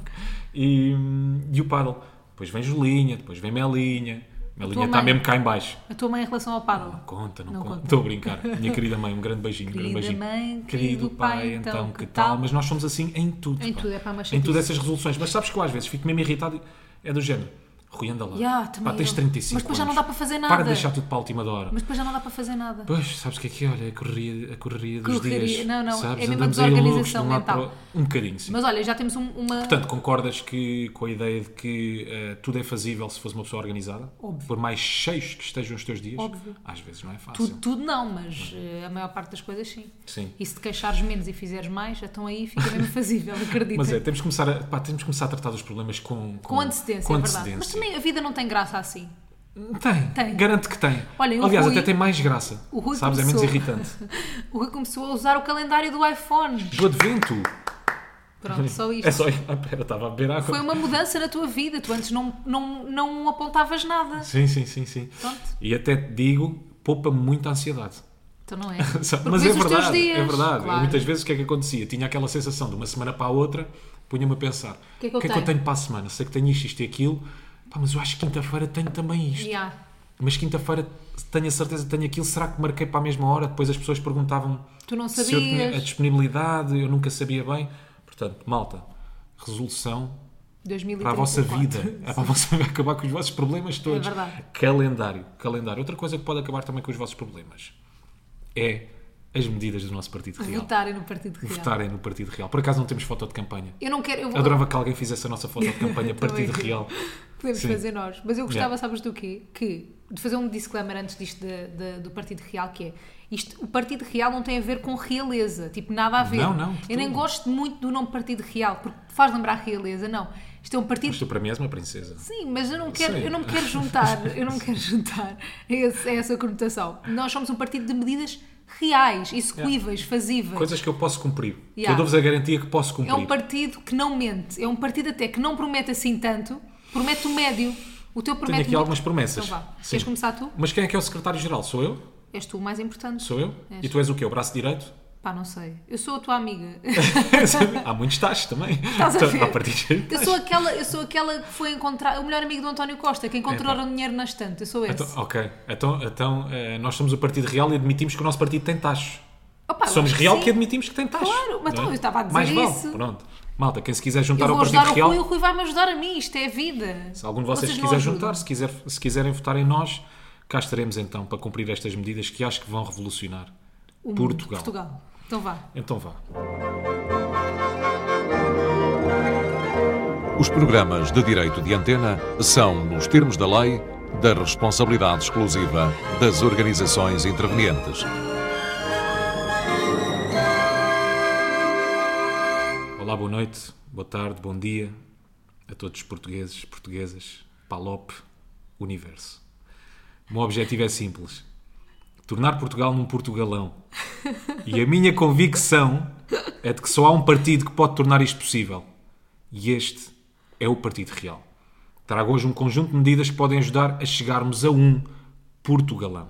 B: e, hum, e o Paddle. Depois vem Julinha, depois vem Melinha. Melinha está
A: mãe.
B: mesmo cá em baixo.
A: A tua mãe em relação ao paddle.
B: Não conta, não,
A: Não
B: conta.
A: conta.
B: Estou a brincar. Minha querida mãe, um grande beijinho. um grande
A: Querida
B: beijinho.
A: mãe,
B: querido pai, então que tal? Mas nós somos assim em tudo.
A: Em tudo, é pá, uma
B: Em
A: chatice.
B: tudo essas resoluções. Mas sabes que eu às vezes fico mesmo irritado. e- É do género. Rui, anda lá.
A: Ya,
B: pá,
A: também
B: tens
A: eu.
B: 35
A: Mas depois já
B: anos.
A: não dá para fazer
B: Para
A: nada.
B: de deixar tudo para a última da hora.
A: Mas depois já não dá para fazer nada.
B: Pois, sabes o que é que é? Olha, a correria, a correria dos
A: Correria.
B: dias.
A: Não, não,
B: sabes?
A: é mesmo a
B: Andamos aí loucos
A: desorganização
B: de um lado para o-
A: mental.
B: Um bocadinho, sim.
A: Mas olha, já temos um- uma.
B: Portanto, concordas que, com a ideia de que eh, tudo é fazível se fosse uma pessoa organizada?
A: Óbvio.
B: Por mais cheios que estejam os teus dias,
A: Óbvio.
B: às vezes não é fácil.
A: tudo, tudo não, mas eh, a maior parte das coisas sim.
B: Sim.
A: E se te queixares menos e fizeres mais, então aí fica
B: *laughs*
A: mesmo fazível, acredita.
B: Mas é, temos que começar a, pá, temos que começar a tratar dos problemas com, com,
A: Com antecedência,
B: com
A: é verdade. Mas
B: antecedência.
A: também a vida não tem graça assim.
B: Tem,
A: Tem.
B: garanto que tem.
A: Olha, o
B: Aliás,
A: Rui-
B: até tem mais graça.
A: o Rui
B: Sabes, é menos
A: começou.
B: irritante.
A: O Rui começou a usar o calendário do iPhone.
B: Do advento.
A: Pronto, só isto.
B: É só. Ah, pera, estava a beber água.
A: Foi um- uma mudança na tua vida. Tu antes não, não, não apontavas nada.
B: Sim, sim, sim, sim.
A: Pronto.
B: E até te digo, poupa muita ansiedade. *laughs*
A: Então não é. Porque
B: Mas é
A: vês os teus
B: verdade, é
A: dias,
B: verdade.
A: claro.
B: Muitas vezes o que é que acontecia? Tinha aquela sensação de uma semana para a outra, punha-me a pensar: o
A: que é que eu
B: eu
A: tenho
B: tenho para a semana? Sei que tenho isto, isto e aquilo, Pá, mas eu acho que quinta-feira tenho também isto.
A: Yeah.
B: Mas quinta-feira tenho a certeza que tenho aquilo, será que marquei para a mesma hora? Depois as pessoas perguntavam
A: Tu não
B: se eu tinha a
A: sabias.
B: disponibilidade, eu nunca sabia bem. Portanto, malta, resolução para a vossa
A: 2034.
B: vida, é para a vossa- acabar com os vossos problemas todos.
A: É verdade.
B: Calendário, calendário. Outra coisa que pode acabar também com os vossos problemas é as medidas do nosso Partido Real.
A: Votarem no Partido Real.
B: Votarem no Partido Real. Por acaso não temos foto de campanha.
A: Eu não quero. Eu vou,
B: Adorava que alguém fizesse a nossa foto de campanha
A: *laughs* Também
B: Partido
A: quero.
B: Real.
A: Então é Podemos
B: Sim.
A: fazer nós. Mas eu gostava,
B: Yeah.
A: sabes do quê? Que, de fazer um disclaimer antes disto da- da- do Partido Real, que é isto, o Partido Real não tem a ver com realeza, tipo, nada a ver.
B: Não, não, de
A: Eu nem
B: tudo.
A: gosto muito do nome Partido Real, porque faz lembrar realeza, não. Isto é um partido.
B: Mas tu para mim és uma princesa.
A: Sim, mas eu não quero,
B: Sim.
A: eu não me quero juntar, eu não me quero juntar a, esse- a essa conotação. Nós somos um partido de medidas reais, execuíveis, fazíveis.
B: Coisas que eu posso cumprir. Que
A: Yeah.
B: Eu dou-vos a garantia que posso cumprir.
A: É um partido que não mente, é um partido até que não promete assim tanto, promete o médio. O teu promete
B: Tenho aqui
A: muito-
B: algumas promessas.
A: Então vá.
B: Sim.
A: Queres começar tu?
B: Mas quem é que é o secretário-geral? Sou eu?
A: És tu o mais importante.
B: Sou eu?
A: És.
B: E tu és o quê? O braço direito?
A: Pá, não sei. Eu sou a tua
B: *laughs*
A: amiga.
B: Há muitos tachos também.
A: Estás a
B: Então,
A: ver?
B: à partida-
A: Eu sou aquela, eu sou aquela que foi encontrar, o melhor amigo do António Costa, que encontrou
B: Epá.
A: o dinheiro na estante. Eu sou esse.
B: Então, ok, então, então eh, nós somos o Partido Real e admitimos que o nosso partido tem tachos.
A: Opa, eu
B: Somos
A: acho
B: real
A: Ah, sim.
B: que admitimos que tem taxa.
A: Claro, mas
B: não é?
A: então eu estava a dizer
B: Mais vale,
A: isso.
B: pronto. Malta, quem se quiser juntar
A: Eu
B: ao
A: vou
B: Partido
A: ajudar o
B: Real,
A: Rui, o Rui vai-me ajudar a mim, isto é a vida.
B: se algum de vocês,
A: não
B: quiser
A: ajudam.
B: juntar, se, quiser, se quiserem votar em nós, cá estaremos então para cumprir estas medidas que acho que vão revolucionar
A: O mundo,
B: Portugal.
A: Um, Portugal. Então vá.
B: Então vá.
D: Os programas de direito de antena são, nos termos da lei, da responsabilidade exclusiva das organizações intervenientes.
B: Olá, boa noite, boa tarde, bom dia a todos os portugueses, portuguesas, Palop, Universo. O meu objetivo é simples: tornar Portugal num Portugalão. E a minha convicção é de que só há um partido que pode tornar isto possível. E este é o Partido Real. Trago hoje um conjunto de medidas que podem ajudar a chegarmos a um Portugalão.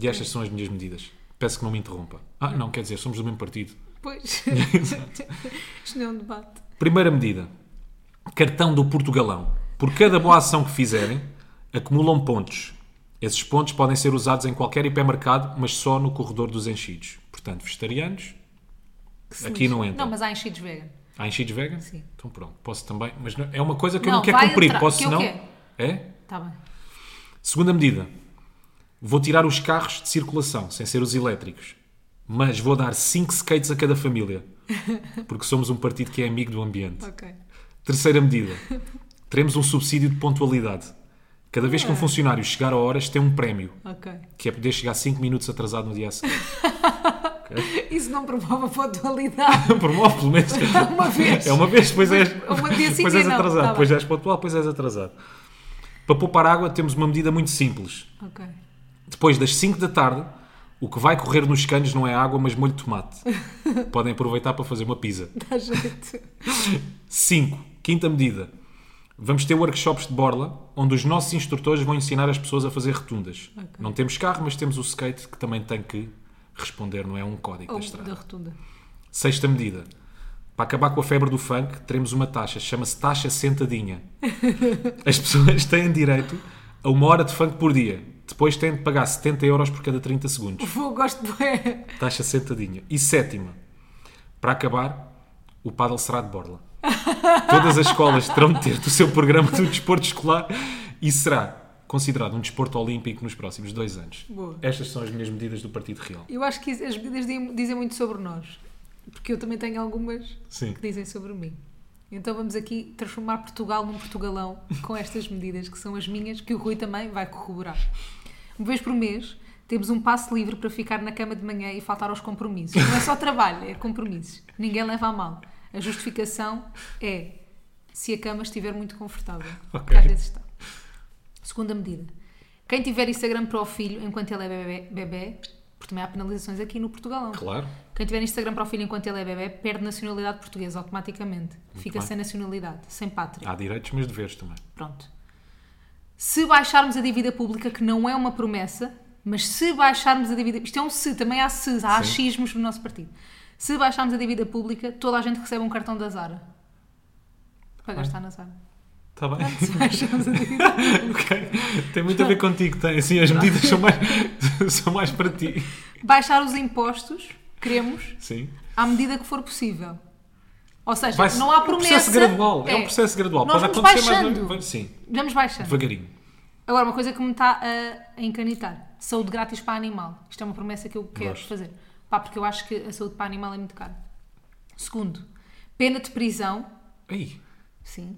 B: E estas são as minhas medidas. Peço que não me interrompa. Ah, não, quer dizer, somos do mesmo partido. *laughs*
A: Pois. *laughs* Isto não é um debate.
B: Primeira medida: cartão do Portugalão. Por cada boa ação que fizerem, acumulam pontos. Esses pontos podem ser usados em qualquer hipermercado, mas só no corredor dos enchidos. Portanto, vegetarianos,
A: Que se
B: Aqui
A: lixe.
B: não entra.
A: Não, mas há enchidos vegan.
B: há enchidos vegan?
A: Sim.
B: Então pronto, posso também. Mas não- é uma coisa que eu
A: Não,
B: não quero
A: vai
B: cumprir,
A: entrar,
B: posso
A: que eu
B: não?
A: quero.
B: É?
A: Está Tá bem.
B: Segunda medida: vou tirar os carros de circulação, sem ser os elétricos, mas vou dar 5 skates a
A: *laughs*
B: cada família, porque somos um partido que é amigo do ambiente.
A: Ok.
B: Terceira medida. Teremos um subsídio de pontualidade. Cada vez que
A: Ah.
B: um funcionário chegar a horas, tem um prémio,
A: Ok.
B: que é poder chegar 5 minutos atrasado no dia a seguir. *laughs*
A: Isso não promove a pontualidade.
B: Promove, pelo menos.
A: *laughs* Uma vez.
B: É uma vez, depois és,
A: *laughs* uma dia seguinte
B: depois és
A: não,
B: atrasado.
A: tá
B: depois
A: bem.
B: és pontual, depois és atrasado. Para poupar água, temos uma medida muito simples.
A: Ok.
B: Depois das 5 da tarde, o que vai correr nos canos não é água, mas molho
A: *laughs*
B: de tomate. Podem aproveitar para fazer uma pizza.
A: Dá jeito.
B: 5. Quinta medida. Vamos ter workshops de borla, onde os nossos instrutores vão ensinar as pessoas a fazer rotundas. Não temos carro, mas temos o skate que também tem que responder, não é um código
A: Ou
B: da estrada.
A: da rotunda.
B: Sexta medida. Para acabar com a febre do funk, teremos uma taxa, chama-se taxa sentadinha. As pessoas têm direito a uma hora de funk por dia. Depois têm de pagar 70 euros por cada 30 segundos.
A: Vou, gosto de bué.
B: Taxa sentadinha. E sétima, para acabar, o paddle será de
A: *laughs*
B: borla. Todas as escolas terão de ter do seu programa do desporto escolar e será considerado um desporto olímpico nos próximos dois anos.
A: Boa.
B: Estas são as minhas medidas do Partido Real.
A: Eu acho que isso- as medidas di- dizem muito sobre nós. Porque eu também tenho algumas
B: Sim.
A: que dizem sobre mim. Então vamos aqui transformar Portugal num Portugalão com estas medidas, que são as minhas, que o Rui também vai corroborar. Uma vez por mês, temos um passo livre para ficar na cama de manhã e faltar aos compromissos. Não é só trabalho, é compromissos. Ninguém leva a mal. A justificação é se a cama estiver muito confortável.
B: Ok.
A: Às vezes está. Segunda medida. Quem tiver Instagram para o filho enquanto ele é bebê, bebê porque também há penalizações aqui no Portugalão.
B: Claro.
A: Quem tiver Instagram para o filho enquanto ele é bebê perde nacionalidade portuguesa automaticamente. Fica
B: bem. Ah.
A: sem nacionalidade, sem pátria.
B: Há direitos, mas deveres também.
A: Pronto. Se baixarmos a dívida pública, que não é uma promessa, mas se baixarmos a dívida. Isto é um se, também há se, há
B: Sim.
A: achismos no nosso partido. Se baixarmos a dívida pública, toda a gente recebe um cartão da Zara. Para gastar na Zara.
B: Está Tá bem.
A: Se baixarmos a dívida
B: *laughs* Ok. Tem muito a ver contigo. Tem. Assim, as medidas são mais, *laughs* são mais para ti.
A: baixar os impostos, queremos,
B: Sim.
A: à medida que for possível. Ou seja,
B: Vai-se-
A: não há
B: é um
A: promessa.
B: processo gradual. É, um processo gradual.
A: Nós
B: Pode
A: vamos
B: acontecer
A: baixando.
B: mais. Sim,
A: Vamos baixando.
B: devagarinho.
A: Agora, uma coisa que me está a, a encanitar: saúde grátis para animal. Isto é uma promessa que eu quero
B: Gosto.
A: fazer. Pá, porque eu acho que a saúde para animal é muito cara. Segundo, pena de prisão,
B: Aí.
A: sim,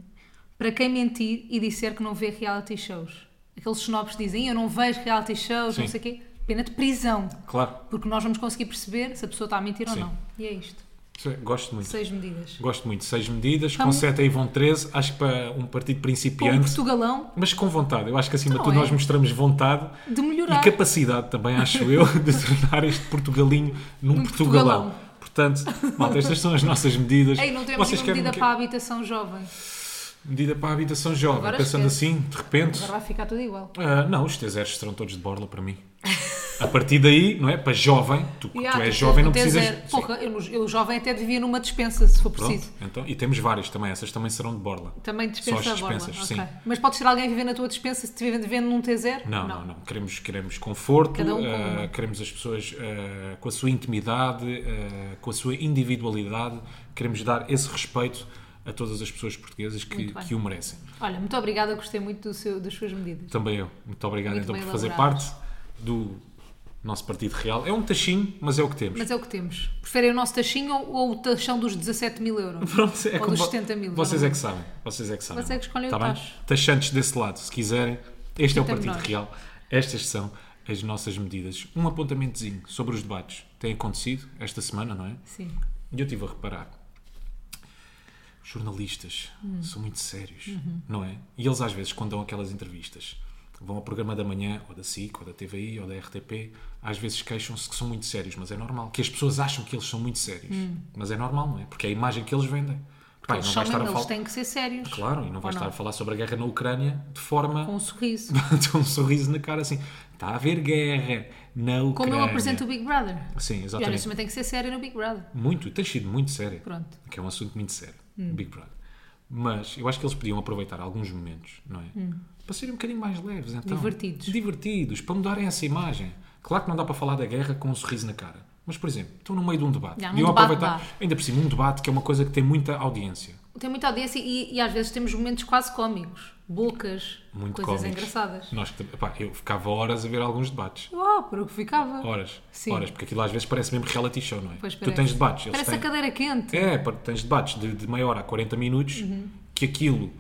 A: para quem mentir e disser que não vê reality shows. Aqueles snobs dizem, eu não vejo reality shows, não
B: Sim.
A: sei o quê. Pena de prisão.
B: Claro.
A: Porque nós vamos conseguir perceber se a pessoa está a mentir ou
B: Sim.
A: não. E é isto.
B: Gosto muito.
A: Seis medidas.
B: Gosto muito. Seis medidas, com
A: Vamos.
B: sete aí vão 13. Acho que para um partido
A: Com um
B: principiante.
A: Portugalão
B: Mas com vontade. Eu acho que acima de
A: Não
B: tudo
A: é?
B: nós mostramos vontade
A: de melhorar.
B: e capacidade também, acho eu, *laughs* de tornar este Portugalinho num,
A: Num
B: Portugalão.
A: Portugalão.
B: Portanto, malta, estas são as nossas medidas.
A: Ei, não temos
B: Vocês
A: nenhuma
B: querem
A: medida
B: que-
A: para a habitação jovem.
B: medida para a habitação jovem.
A: Agora
B: Pensando
A: esquece.
B: assim, de repente.
A: Agora vai ficar tudo igual.
B: ah, não, os teus zeros serão todos de borla para mim. A partir daí, não é? Para jovem, tu, tu
A: Yeah,
B: és
A: tu-
B: jovem,
A: tu
B: não
A: tens
B: precisas.
A: zero.
B: Sim,
A: Porra, eu, no- eu jovem até devia numa dispensa, se for
B: pronto.
A: preciso.
B: Então, e temos várias também, essas também serão de borla.
A: Também
B: Só
A: dispensa a
B: as
A: borla.
B: dispensas,
A: ok.
B: sim.
A: Mas pode ser alguém a viver na tua dispensa se estiver vivendo num T0?
B: Não, não, não. Queremos, queremos conforto,
A: Cada um com
B: ah,
A: uma.
B: queremos as pessoas ah, com a sua intimidade, ah, com a sua individualidade, queremos dar esse respeito a todas as pessoas portuguesas que,
A: Muito bem.
B: que o merecem.
A: Olha, muito obrigada, gostei muito do seu- das suas medidas.
B: Também eu. Muito obrigado
A: Muito
B: então
A: bem
B: por fazer
A: elaboradas.
B: parte do nosso Partido Real. É um tachinho, mas é o que temos.
A: Mas é o que temos. Preferem o nosso taxinho ou, ou o taxão dos 17 mil euros?
B: *laughs* Pronto, é
A: Ou
B: como
A: dos
B: vo-
A: 70 mil,
B: Vocês
A: já
B: é
A: não
B: que sabem. Vocês é que sabem.
A: Vocês é que escolhem o
B: Tá bem?
A: tacho.
B: Taxantes desse lado, se quiserem. Este é o
A: Então,
B: Partido
A: nós.
B: Real. Estas são as nossas medidas. Um apontamentozinho sobre os debates. Tem acontecido esta semana, não é?
A: Sim.
B: E eu estive a reparar. Os jornalistas são muito sérios, não é? E eles às vezes, quando dão aquelas entrevistas, vão ao programa da manhã, ou da SIC, ou da TVI, ou da RTP, às vezes queixam-se que são muito sérios, mas é normal. Que as pessoas acham que eles são muito sérios. Mas é normal, não é? Porque é a imagem que eles vendem. Pá, e
A: Eles
B: não
A: são
B: vais estar a
A: mesmo, eles
B: falar...
A: têm que ser sérios.
B: Claro, e não
A: Ou
B: vais estar
A: não?
B: a falar sobre a guerra na Ucrânia de forma... *laughs*
A: Com um sorriso.
B: de um sorriso na cara, assim. Está a haver guerra na Ucrânia.
A: Como eu apresento o Big Brother.
B: Sim,
A: E olha,
B: exatamente.
A: isso também tem que ser sério no Big Brother.
B: Muito, tem sido muito sério.
A: Pronto. Hum.
B: Que é um assunto muito sério, o Big Brother. Mas eu acho que eles podiam aproveitar alguns momentos, não é? Para serem um bocadinho mais leves, então.
A: Hum. Divertidos.
B: Divertidos, para mudarem essa imagem. Claro que não dá para falar da guerra com um sorriso na cara. Mas, por exemplo, estão no meio de um debate.
A: Já, num
B: Deviam
A: debate
B: aproveitar,
A: dá.
B: ainda por cima, um debate que é uma coisa que tem muita audiência.
A: Tem muita audiência e, e às vezes temos momentos quase cómicos. Bocas,
B: Muito
A: coisas
B: cómicos.
A: engraçadas.
B: Nós, que- epá, eu ficava horas a ver alguns debates.
A: Ah, por o que ficava.
B: Horas.
A: Sim.
B: Horas, porque aquilo às vezes parece mesmo reality show, não é?
A: Pois
B: tu
A: parece.
B: tens debates. eles
A: Parece
B: têm-
A: a cadeira quente.
B: É, pá, tens debates de, de meia hora a 40 minutos,
A: Uhum.
B: que aquilo,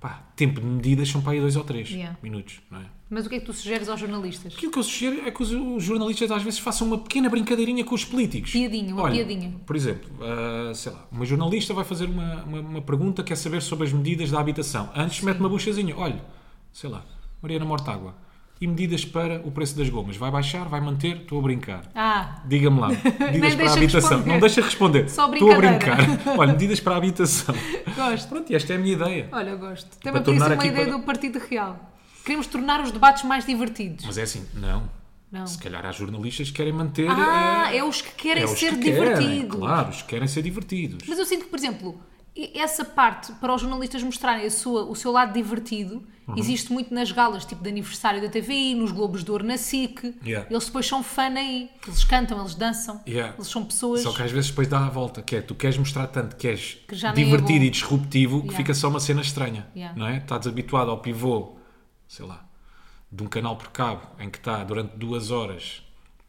B: pá, tempo de medidas são para aí 2 ou 3
A: Yeah.
B: minutos, não é?
A: Mas o que é que tu sugeres aos jornalistas?
B: Aquilo que eu sugiro é que os, os jornalistas às vezes façam uma pequena brincadeirinha com os políticos.
A: Piadinha, uma piadinha.
B: Por exemplo, ah, sei lá, uma jornalista vai fazer uma, uma, uma pergunta, quer saber sobre as medidas da habitação. Antes mete uma buchazinha, olha, sei lá, Mariana Mortágua, e medidas para o preço das gomas? Vai baixar? Vai manter? Estou a brincar.
A: Ah, *laughs*
B: Diga-me lá, medidas para a
A: deixa
B: habitação.
A: responder.
B: Não deixa responder.
A: Só
B: Estou a brincar.
A: brincadeira. *laughs*
B: Olha, medidas para a habitação.
A: gosto.
B: Pronto, e esta é a minha ideia.
A: Olha, eu gosto.
B: Para
A: Também por
B: tornar
A: isso uma
B: aqui
A: ideia
B: para-
A: do Partido Real. Queremos tornar os debates mais divertidos.
B: Mas é assim, não.
A: Não.
B: Se calhar há jornalistas que querem manter.
A: Ah,
B: eh,
A: é os que querem
B: os
A: ser
B: que querem,
A: divertidos.
B: claro, os que querem ser divertidos.
A: Mas eu sinto que, por exemplo, e- essa parte para os jornalistas mostrarem a sua, o seu lado divertido
B: Uhum.
A: existe muito nas galas, tipo de aniversário da TVI, nos Globos de Ouro na SIC.
B: Yeah.
A: Eles depois são fã aí. Eles cantam, eles dançam,
B: Yeah.
A: eles são pessoas.
B: Só que às vezes depois dá a volta, que é tu queres mostrar tanto que és
A: Que já nem é
B: divertido
A: bom.
B: e disruptivo que
A: Yeah.
B: fica só uma cena estranha.
A: Yeah.
B: Não é? Estás habituado ao pivô, sei lá, de um canal por cabo em que está durante duas horas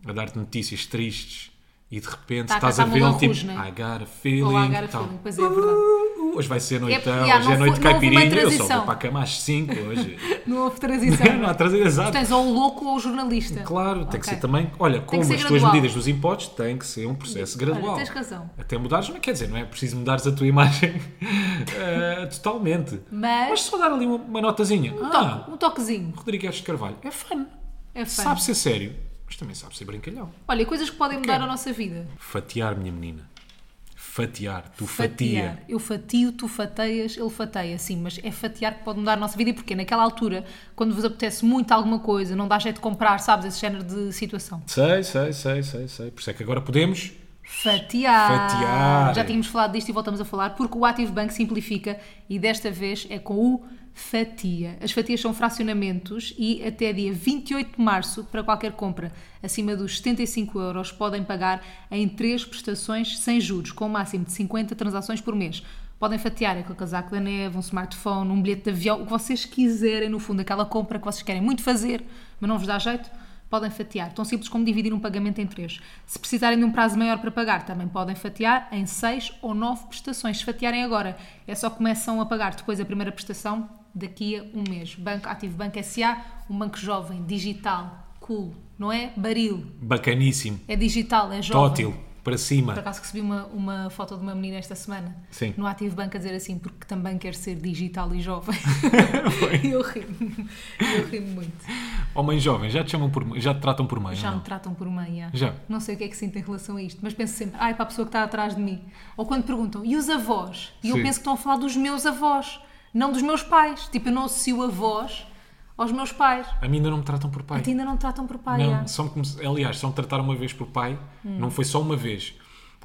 B: a dar-te notícias tristes e de repente
A: Tá a
B: estás a
A: cantar
B: vê-lo
A: Moulin
B: tipo
A: Rouge, não é?
B: I got a feeling.
A: Ou a Garfield,
B: tal.
A: pois é, é verdade.
B: Uh, Hoje vai ser noitão,
A: É, yeah,
B: hoje é
A: não
B: noite
A: foi- não houve uma
B: caipirinha. Eu só vou
A: transição.
B: para a cama às 5 hoje.
A: *laughs* Não houve transição.
B: *laughs* não há transição, exato.
A: Tens ou o louco ou o jornalista.
B: Claro, tem que
A: Ok.
B: ser também. Olha, como
A: ser
B: as tuas
A: gradual.
B: medidas dos impostos tem que ser um processo gradual.
A: tens razão.
B: Até mudares, não é- quer dizer, não é preciso mudares a tua imagem *laughs* eh, totalmente.
A: Mas-
B: só dar ali uma, uma notazinha.
A: Um,
B: ah,
A: toque- um toquezinho.
B: Rodrigo Guedes de Carvalho é fã.
A: É fã.
B: Sabe ser sério, mas também sabe ser brincalhão.
A: Olha, coisas que podem mudar a nossa vida.
B: Fatiar, minha menina. Fatiar, tu fatia.
A: Eu fatio, tu fateias, ele fateia, sim, mas é fatiar que pode mudar a nossa vida e porque naquela altura, quando vos apetece muito alguma coisa, não dá jeito de comprar, sabes, esse género de situação.
B: Sei, sei, sei, sei, sei. Por isso é que agora podemos.
A: Fatiar.
B: Fatiar.
A: Já tínhamos falado disto e voltamos a falar porque o Active Bank simplifica e desta vez é com o fatia. As fatias são fracionamentos e até dia 28 de março, para qualquer compra acima dos 75 euros, podem pagar em três prestações sem juros, com um máximo de 50 transações por mês. Podem fatiar aquele casaco da neve, um smartphone, um bilhete de avião, o que vocês quiserem, no fundo, aquela compra que vocês querem muito fazer, mas não vos dá jeito podem fatiar. Tão simples como dividir um pagamento em três. Se precisarem de um prazo maior para pagar, também podem fatiar em seis ou nove prestações. Se fatiarem agora, é só que começam a pagar depois a primeira prestação daqui a um mês. Banco Ativo Banco SA, um banco jovem, digital, cool, não é? Baril,
B: Bacaníssimo.
A: é digital, é jovem.
B: Tótil. para cima.
A: Por acaso recebi uma, uma foto de uma menina esta semana
B: Sim.
A: no Ativo Banco a dizer assim, porque também quer ser digital e jovem.
B: *laughs*
A: E eu ri-me eu ri muito.
B: Homem jovem, já te chamam por mãe- já te tratam por mãe.
A: Já
B: ou
A: me
B: não?
A: tratam por mãe. é.
B: Já.
A: Não sei o que é que sinto em relação a isto, mas penso sempre, ai, para a pessoa que está atrás de mim. Ou quando perguntam, e os avós? E eu
B: Sim.
A: penso que estão a falar dos meus avós, não dos meus pais. Tipo, eu não associo avós aos meus pais.
B: A mim ainda não me tratam por pai.
A: A ti ainda não te tratam por pai.
B: Não,
A: é.
B: só me come- aliás, só me trataram uma vez por pai,
A: Hum.
B: não foi só uma vez,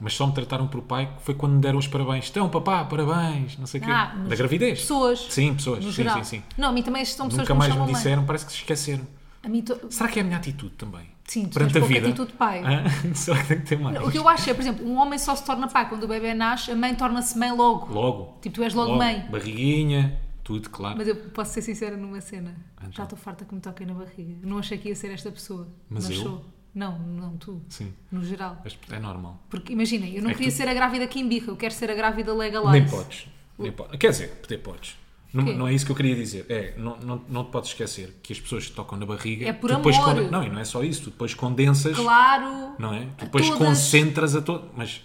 B: mas só me trataram por pai que foi quando me deram os parabéns. Então, papá, parabéns, não sei o quê.
A: Ah, mas
B: Da gravidez.
A: pessoas.
B: Sim, pessoas.
A: No
B: Sim,
A: geral.
B: sim, sim.
A: Não, a mim também são pessoas
B: Nunca
A: que me
B: mais
A: chamam
B: me
A: mãe.
B: disseram, parece que se esqueceram.
A: A mim to-
B: Será que é a minha atitude também?
A: Sim, tu
B: perante a
A: tens pouca
B: vida.
A: atitude de pai.
B: Hã? *laughs* Será que tem que ter mais?
A: O que eu acho é, por exemplo, um homem só se torna pai quando o bebê nasce, a mãe torna-se mãe logo.
B: Logo.
A: Tipo, tu és logo mãe.
B: Barriguinha, tudo, claro.
A: Mas eu posso ser sincera numa cena.
B: Então.
A: Já estou farta que me toquem na barriga. Não achei que ia ser esta pessoa.
B: Mas eu?
A: sou. Não, não tu.
B: Sim.
A: No geral.
B: Mas é normal.
A: Porque imaginem, eu não
B: É que
A: queria
B: tu-
A: ser a grávida que embirra, eu quero ser a grávida legalize.
B: Nem podes. Nem po- Quer dizer, poder podes. Não,
A: Quê?
B: não é isso que eu queria dizer. É, não, não, não te podes esquecer que as pessoas te tocam na barriga.
A: É por
B: tu depois
A: amor.
B: conde- Não, e não é só isso. Tu depois condensas,
A: Claro.
B: não é?
A: a
B: Tu depois
A: todas.
B: concentras a todo. Mas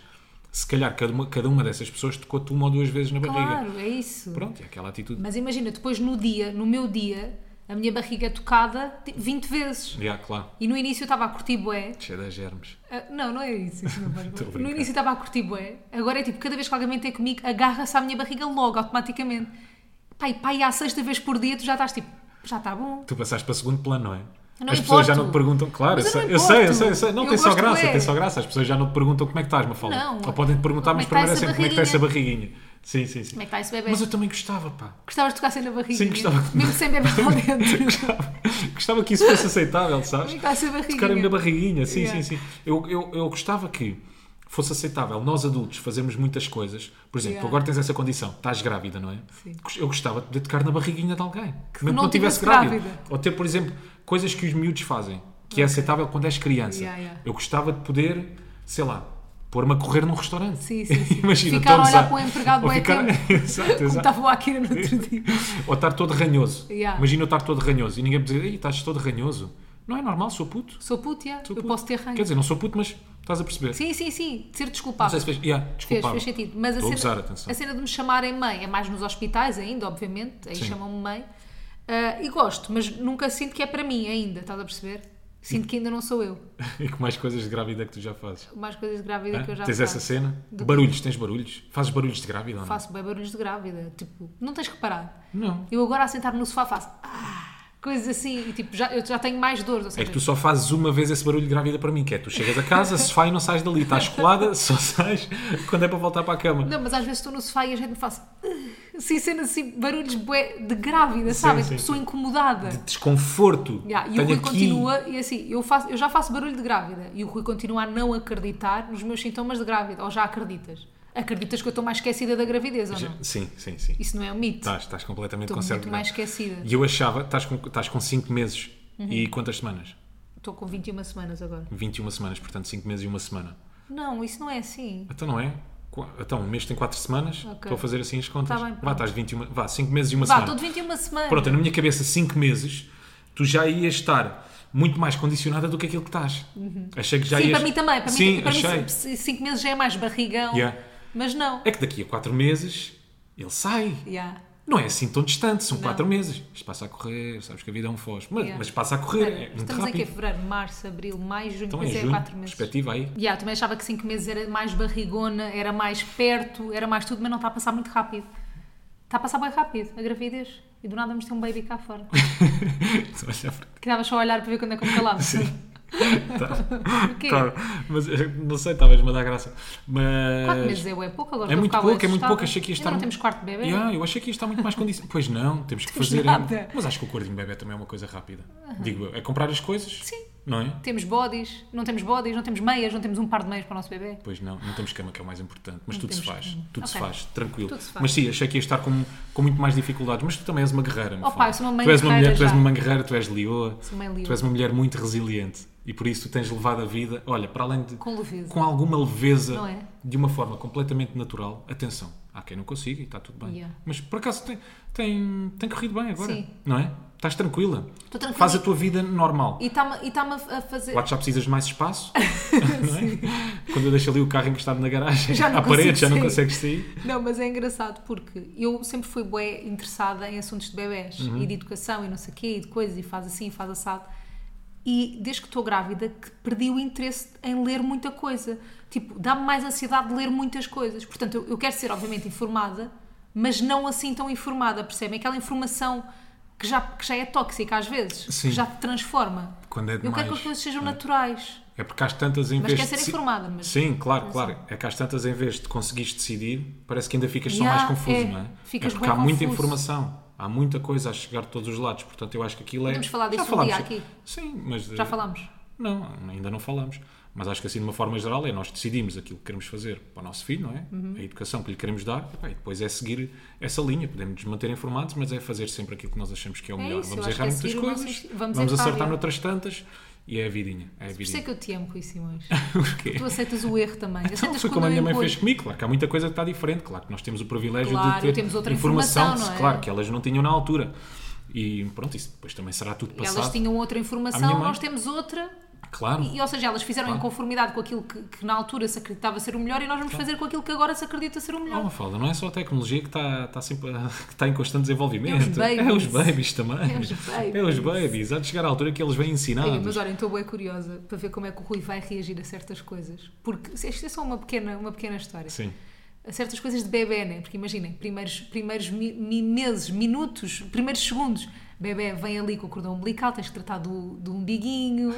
B: se calhar cada uma, cada uma dessas pessoas tocou-te uma ou duas vezes na barriga.
A: Claro, é isso.
B: Pronto, é aquela atitude.
A: Mas imagina, depois no dia, no meu dia, a minha barriga é tocada tipo, 20 vezes.
B: Já, claro.
A: E no início eu estava a curtir bué,
B: Cheia de germes.
A: Ah, não, não é isso. isso não faz
B: *laughs*
A: mal.
B: Estou a
A: no
B: brincar.
A: início estava a curtir bué. Agora é tipo, cada vez que alguém tem comigo, agarra-se à minha barriga logo, automaticamente. Pai, pai, à sexta vez por dia tu já estás tipo, já está bom.
B: Tu passaste para segundo plano, não é?
A: não
B: as pessoas já
A: importo.
B: não te perguntam, claro,
A: Mas eu
B: eu,
A: não
B: sei, eu sei, eu
A: importo.
B: sei, eu sei. Não,
A: Eu
B: tem só
A: gosto
B: graça,
A: bué.
B: tem só graça. As pessoas já não te perguntam como é que estás, me
A: Não.
B: Ou podem te perguntar,
A: Como é
B: mas
A: que está
B: primeiro é
A: essa
B: sempre como é que está essa barriguinha. Sim, sim, sim.
A: Como é que está esse bebê?
B: Mas eu também gostava, pá. *laughs*
A: Gostavas de tocar sem na barriga?
B: Sim, gostava.
A: Mesmo sem bebê lá
B: *laughs*
A: dentro.
B: Gostava, gostava que isso fosse aceitável,
A: Como é que
B: sabes?
A: está essa barriga?
B: Tocarem-me na barriguinha, sim,
A: Yeah.
B: sim, sim. Eu, eu, eu gostava que fosse aceitável nós adultos fazermos muitas coisas. Por exemplo,
A: Yeah.
B: tu agora tens essa condição, estás grávida, não é?
A: Sim.
B: Eu gostava de poder tocar na barriguinha de alguém, que
A: não tivesse grávida.
B: Ou ter, por exemplo, coisas que os miúdos fazem, que é aceitável quando és criança.
A: Yeah, yeah.
B: Eu gostava de poder, sei lá, pôr-me a correr num restaurante.
A: Sim, sim, sim.
B: *laughs* Imagina,
A: Ficar a
B: estou
A: olhar
B: gozar.
A: para o empregado
B: Ou
A: bué
B: ficar-
A: tempo.
B: *laughs* Exato,
A: Como tá
B: exato.
A: estava o Akira no
B: *laughs*
A: outro dia.
B: Ou estar todo ranhoso.
A: Yeah.
B: Imagina eu estar todo ranhoso e ninguém me dizer, Ei, estás todo ranhoso. Não é normal, sou puto.
A: Sou putia,
B: Sou
A: eu
B: puto.
A: posso ter
B: Quer
A: ranho.
B: dizer, não sou puto, mas estás a perceber.
A: Sim, sim, sim. De ser
B: Não
A: desculpável.
B: sei se fez. Yeah,
A: Fez,
B: desculpável.
A: fez sentido. Mas a
B: Estou a
A: cena,
B: gozar, atenção.
A: a cena de me chamarem mãe é mais nos hospitais ainda, obviamente, aí
B: Sim.
A: chamam-me mãe. Ah, e gosto, mas nunca sinto que é para mim ainda, estás a perceber? Sinto que ainda não sou eu.
B: *laughs* E que mais coisas de grávida é que tu já fazes?
A: Mais coisas de grávida
B: Hã?
A: que eu já
B: É? tens
A: faço.
B: essa cena?
A: Do-
B: Barulhos, tens barulhos? Fazes barulhos de grávida ou não? é?
A: Faço bem barulhos de grávida. Tipo, não tens reparado.
B: Não.
A: Eu agora a sentar-me no sofá faço "Ah", coisas assim e tipo, já, eu já tenho mais dores. Ou
B: É
A: seja,
B: que tu só fazes uma vez esse barulho de grávida para mim, que é tu chegas a casa, se faz e não sais dali, estás colada, *laughs* só sais quando é para voltar para a cama.
A: Não, mas às vezes estou no sofá e a gente me faz assim, cenas assim, barulhos bué de grávida, sabem?
B: sim,
A: Tipo, sou
B: sim.
A: incomodada.
B: Desconforto.
A: Ya, e o
B: Tenho
A: Rui
B: aqui-
A: continua, e assim, eu, faço, eu já faço barulho de grávida e o Rui continua a não acreditar nos meus sintomas de grávida, ou já acreditas? Acreditas que eu estou mais esquecida da gravidez ou não?
B: Sim, sim, sim.
A: Isso não é um mito.
B: Estás, estás completamente
A: Estou
B: Tá, com
A: muito
B: cérebro-
A: mais esquecida.
B: E eu achava, estás com, estás com 5 meses e quantas semanas?
A: Estou com 21 semanas agora.
B: 21 semanas, portanto 5 meses e uma semana.
A: Não, isso não é assim.
B: Então não é? Qu- Então, um mês tem 4 semanas,
A: Ok.
B: estou a fazer assim as contas.
A: Tá bem, pronto.
B: vá, estás 21, vá, 5 meses e uma
A: Vá,
B: semana.
A: estou de 21 semanas.
B: Pronto, na minha cabeça, 5 meses, tu já ias estar muito mais condicionada do que aquilo que estás. Achei que já
A: Uhum. Sim,
B: ias...
A: para mim também. Para
B: Sim,
A: mim, para
B: achei.
A: mim 5 meses já é mais barrigão.
B: Yeah.
A: Mas não.
B: É que daqui a 4 meses, ele sai.
A: Yeah.
B: Não é assim tão distante, são
A: Não.
B: 4 meses. Isto passa a correr, sabes que a vida é um foz. Mas,
A: Yeah.
B: mas passa a correr,
A: Espera,
B: é muito
A: Estamos
B: rápido.
A: aqui em fevereiro, março, abril, maio, junho,
B: Então é
A: pois é,
B: junho,
A: 4 meses.
B: perspectiva aí. *laughs*
A: Yeah, também achava que 5 meses era mais barrigona, era mais perto, era mais tudo, mas não está a passar muito rápido. Está a passar bem rápido, a gravidez. E do nada vamos ter um baby cá fora. Que
B: Estou a olhar para ti.
A: estavas só a olhar para ver quando é que eu me calava. *laughs* Porquê?
B: Tá, mas eh, não sei, talvez-me dar graça. Mas...
A: 4 meses é, é pouco, agora
B: É
A: estou a
B: muito
A: ficar bué
B: pouco, é muito
A: assustada.
B: pouco. Achei que ia estar.
A: Ainda não
B: muito-
A: temos quarto bebê.
B: Yeah, eu achei que ia estar muito mais condicionado. pois não, temos que
A: Temos
B: fazer.
A: nada.
B: Mas acho que o cordinho bebê também é uma coisa rápida. Digo eu, é comprar as coisas?
A: Sim.
B: Não é?
A: Temos bodies, não temos bodies, não temos meias, não temos um par de meias para o nosso bebê.
B: Pois não, não temos cama, que é o mais importante. Mas tudo se
A: temos
B: faz.
A: cama.
B: Tudo se
A: Ok.
B: faz, tranquilo.
A: Tudo se faz.
B: Mas sim, achei que ia estar com, com muito mais dificuldades. Mas tu também és uma guerreira. no
A: Oh,
B: fundo.
A: pá, eu sou uma mãe
B: tu és uma
A: guerreira
B: mulher, tu és
A: já.
B: uma mãe guerreira, tu és leoa.
A: Sou mãe leoa.
B: Tu és uma mulher muito resiliente. E por isso tu tens levado a vida, olha, para além de.
A: Com leveza.
B: com alguma leveza.
A: Não é?
B: De uma forma completamente natural. Atenção, há quem não consiga e está tudo bem.
A: Yeah.
B: Mas por acaso tem, tem, tem corrido bem agora.
A: Sim.
B: Não é? Estás tranquila?
A: Estou tranquila.
B: Faz a tua vida normal.
A: E está-me e tá-me a a fazer.
B: Lá já precisas de mais
A: *laughs*
B: espaço. não é? Quando eu deixo ali o carro encostado na garagem,
A: Já não
B: à parede,
A: consigo
B: já não
A: sair.
B: consegues sair.
A: Não, mas é engraçado porque eu sempre fui bué interessada em assuntos de bebés
B: Uhum.
A: e de educação e não sei o quê e de coisas e faz assim e faz assado. E desde que estou grávida que perdi o interesse em ler muita coisa. Tipo, dá-me mais ansiedade de ler muitas coisas. Portanto, eu, eu quero ser obviamente informada, mas não assim tão informada, percebem? Aquela informação que já, que já é tóxica às vezes,
B: Sim.
A: que já te transforma.
B: Quando é
A: eu quero que
B: demais,
A: as coisas sejam naturais.
B: É porque às tantas em
A: Mas
B: vez
A: quer ser
B: de... se-
A: informada, mas-
B: Sim, claro, claro. É que às tantas em vez de conseguires decidir, parece que ainda ficas só
A: Ya,
B: mais confuso,
A: é.
B: não é?
A: Ficas
B: é porque há
A: bem
B: muita
A: confuso.
B: informação. Há muita coisa a chegar de todos os lados. Portanto, eu acho que aquilo é...
A: Podemos falar disso um
B: falámos
A: dia
B: sobre-
A: aqui.
B: Sim, mas... eh,
A: Já falámos.
B: Não, ainda não falamos. Mas acho que assim, de uma forma geral, é nós decidimos aquilo que queremos fazer para o nosso filho, não é?
A: Uhum.
B: A educação que lhe queremos dar. epá, E depois é seguir essa linha. Podemos nos manter informados, mas é fazer sempre aquilo que nós achamos que é o
A: É
B: melhor.
A: isso, eu
B: vamos
A: acho que
B: errar
A: é
B: muitas
A: seguir o nosso
B: coisas,
A: instinto. Vamos
B: vamos,
A: errar,
B: acertar
A: é.
B: noutras tantas e é a vidinha. É a
A: Por isso é
B: vidinha.
A: que eu te amo, Rui Simões.
B: *laughs* O quê?
A: Tu aceitas o erro também.
B: *laughs* Então,
A: Aceitas
B: foi
A: quando
B: como a minha
A: eu
B: mãe
A: encolho.
B: fez comigo, claro que há muita coisa que está diferente, claro que nós temos o privilégio
A: Claro,
B: de ter
A: temos outra informação, não é?
B: claro, que elas não tinham na altura. E pronto, isso depois também será tudo
A: E
B: passado.
A: Elas tinham outra
B: À minha
A: informação,
B: mãe.
A: nós temos outra.
B: Claro,
A: E, ou seja, elas fizeram em
B: Claro.
A: conformidade com aquilo que, que na altura se acreditava ser o melhor e nós vamos fazer com aquilo que agora se acredita ser o
B: há uma
A: melhor.
B: falda, não é só a tecnologia que está, está sempre, a- que está em constante desenvolvimento.
A: É os
B: É os
A: babies.
B: babies também.
A: É os babies.
B: É os babies. Há de chegar à altura que eles vêm ensinar.
A: Ei, mas olha, estou bem curiosa para ver como é que o Rui vai reagir a certas coisas. Porque se- isto é só uma pequena, uma pequena história.
B: Sim,
A: A certas coisas de bebê, né? Porque imaginem, primeiros, primeiros mi- mi- meses, minutos, primeiros segundos, bebê vem ali com o cordão umbilical, tens que tratar do, do umbiguinho,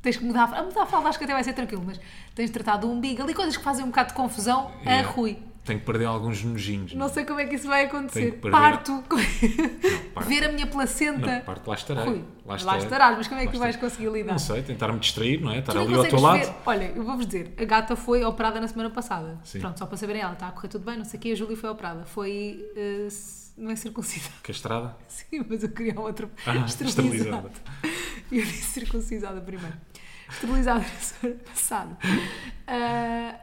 A: tens que mudar a, a mudar a fralda, acho que até vai ser tranquilo, mas tens de tratar do umbigo, ali coisas que fazem um bocado de confusão
B: É.
A: a Rui.
B: tem que perder alguns nojinhos.
A: Não sei como é que isso vai
B: Tenho
A: acontecer.
B: que perder.
A: Parto.
B: parto.
A: Ver a minha
B: Não,
A: placenta.
B: parte, lá estará.
A: Rui,
B: Lá
A: lá,
B: estarei.
A: estarás, mas como é que
B: Lá
A: tu vais
B: estarei.
A: conseguir lidar?
B: Não sei, tentar-me distrair, não é? Estar
A: Tu não
B: ali ao teu
A: consegues
B: lado.
A: ver. Olha, eu vou-vos dizer, a gata foi operada na semana passada.
B: Sim.
A: Pronto, só para saberem ela, está a correr tudo bem, não sei o quê, a Júlia foi operada. Foi. eh, c- não é circuncisada,
B: Castrada.
A: *laughs* sim, mas eu queria um outro.
B: Ah, esterilizada.
A: esterilizada. E eu disse circuncisada primeiro. Esterilizada na semana passada. Ah,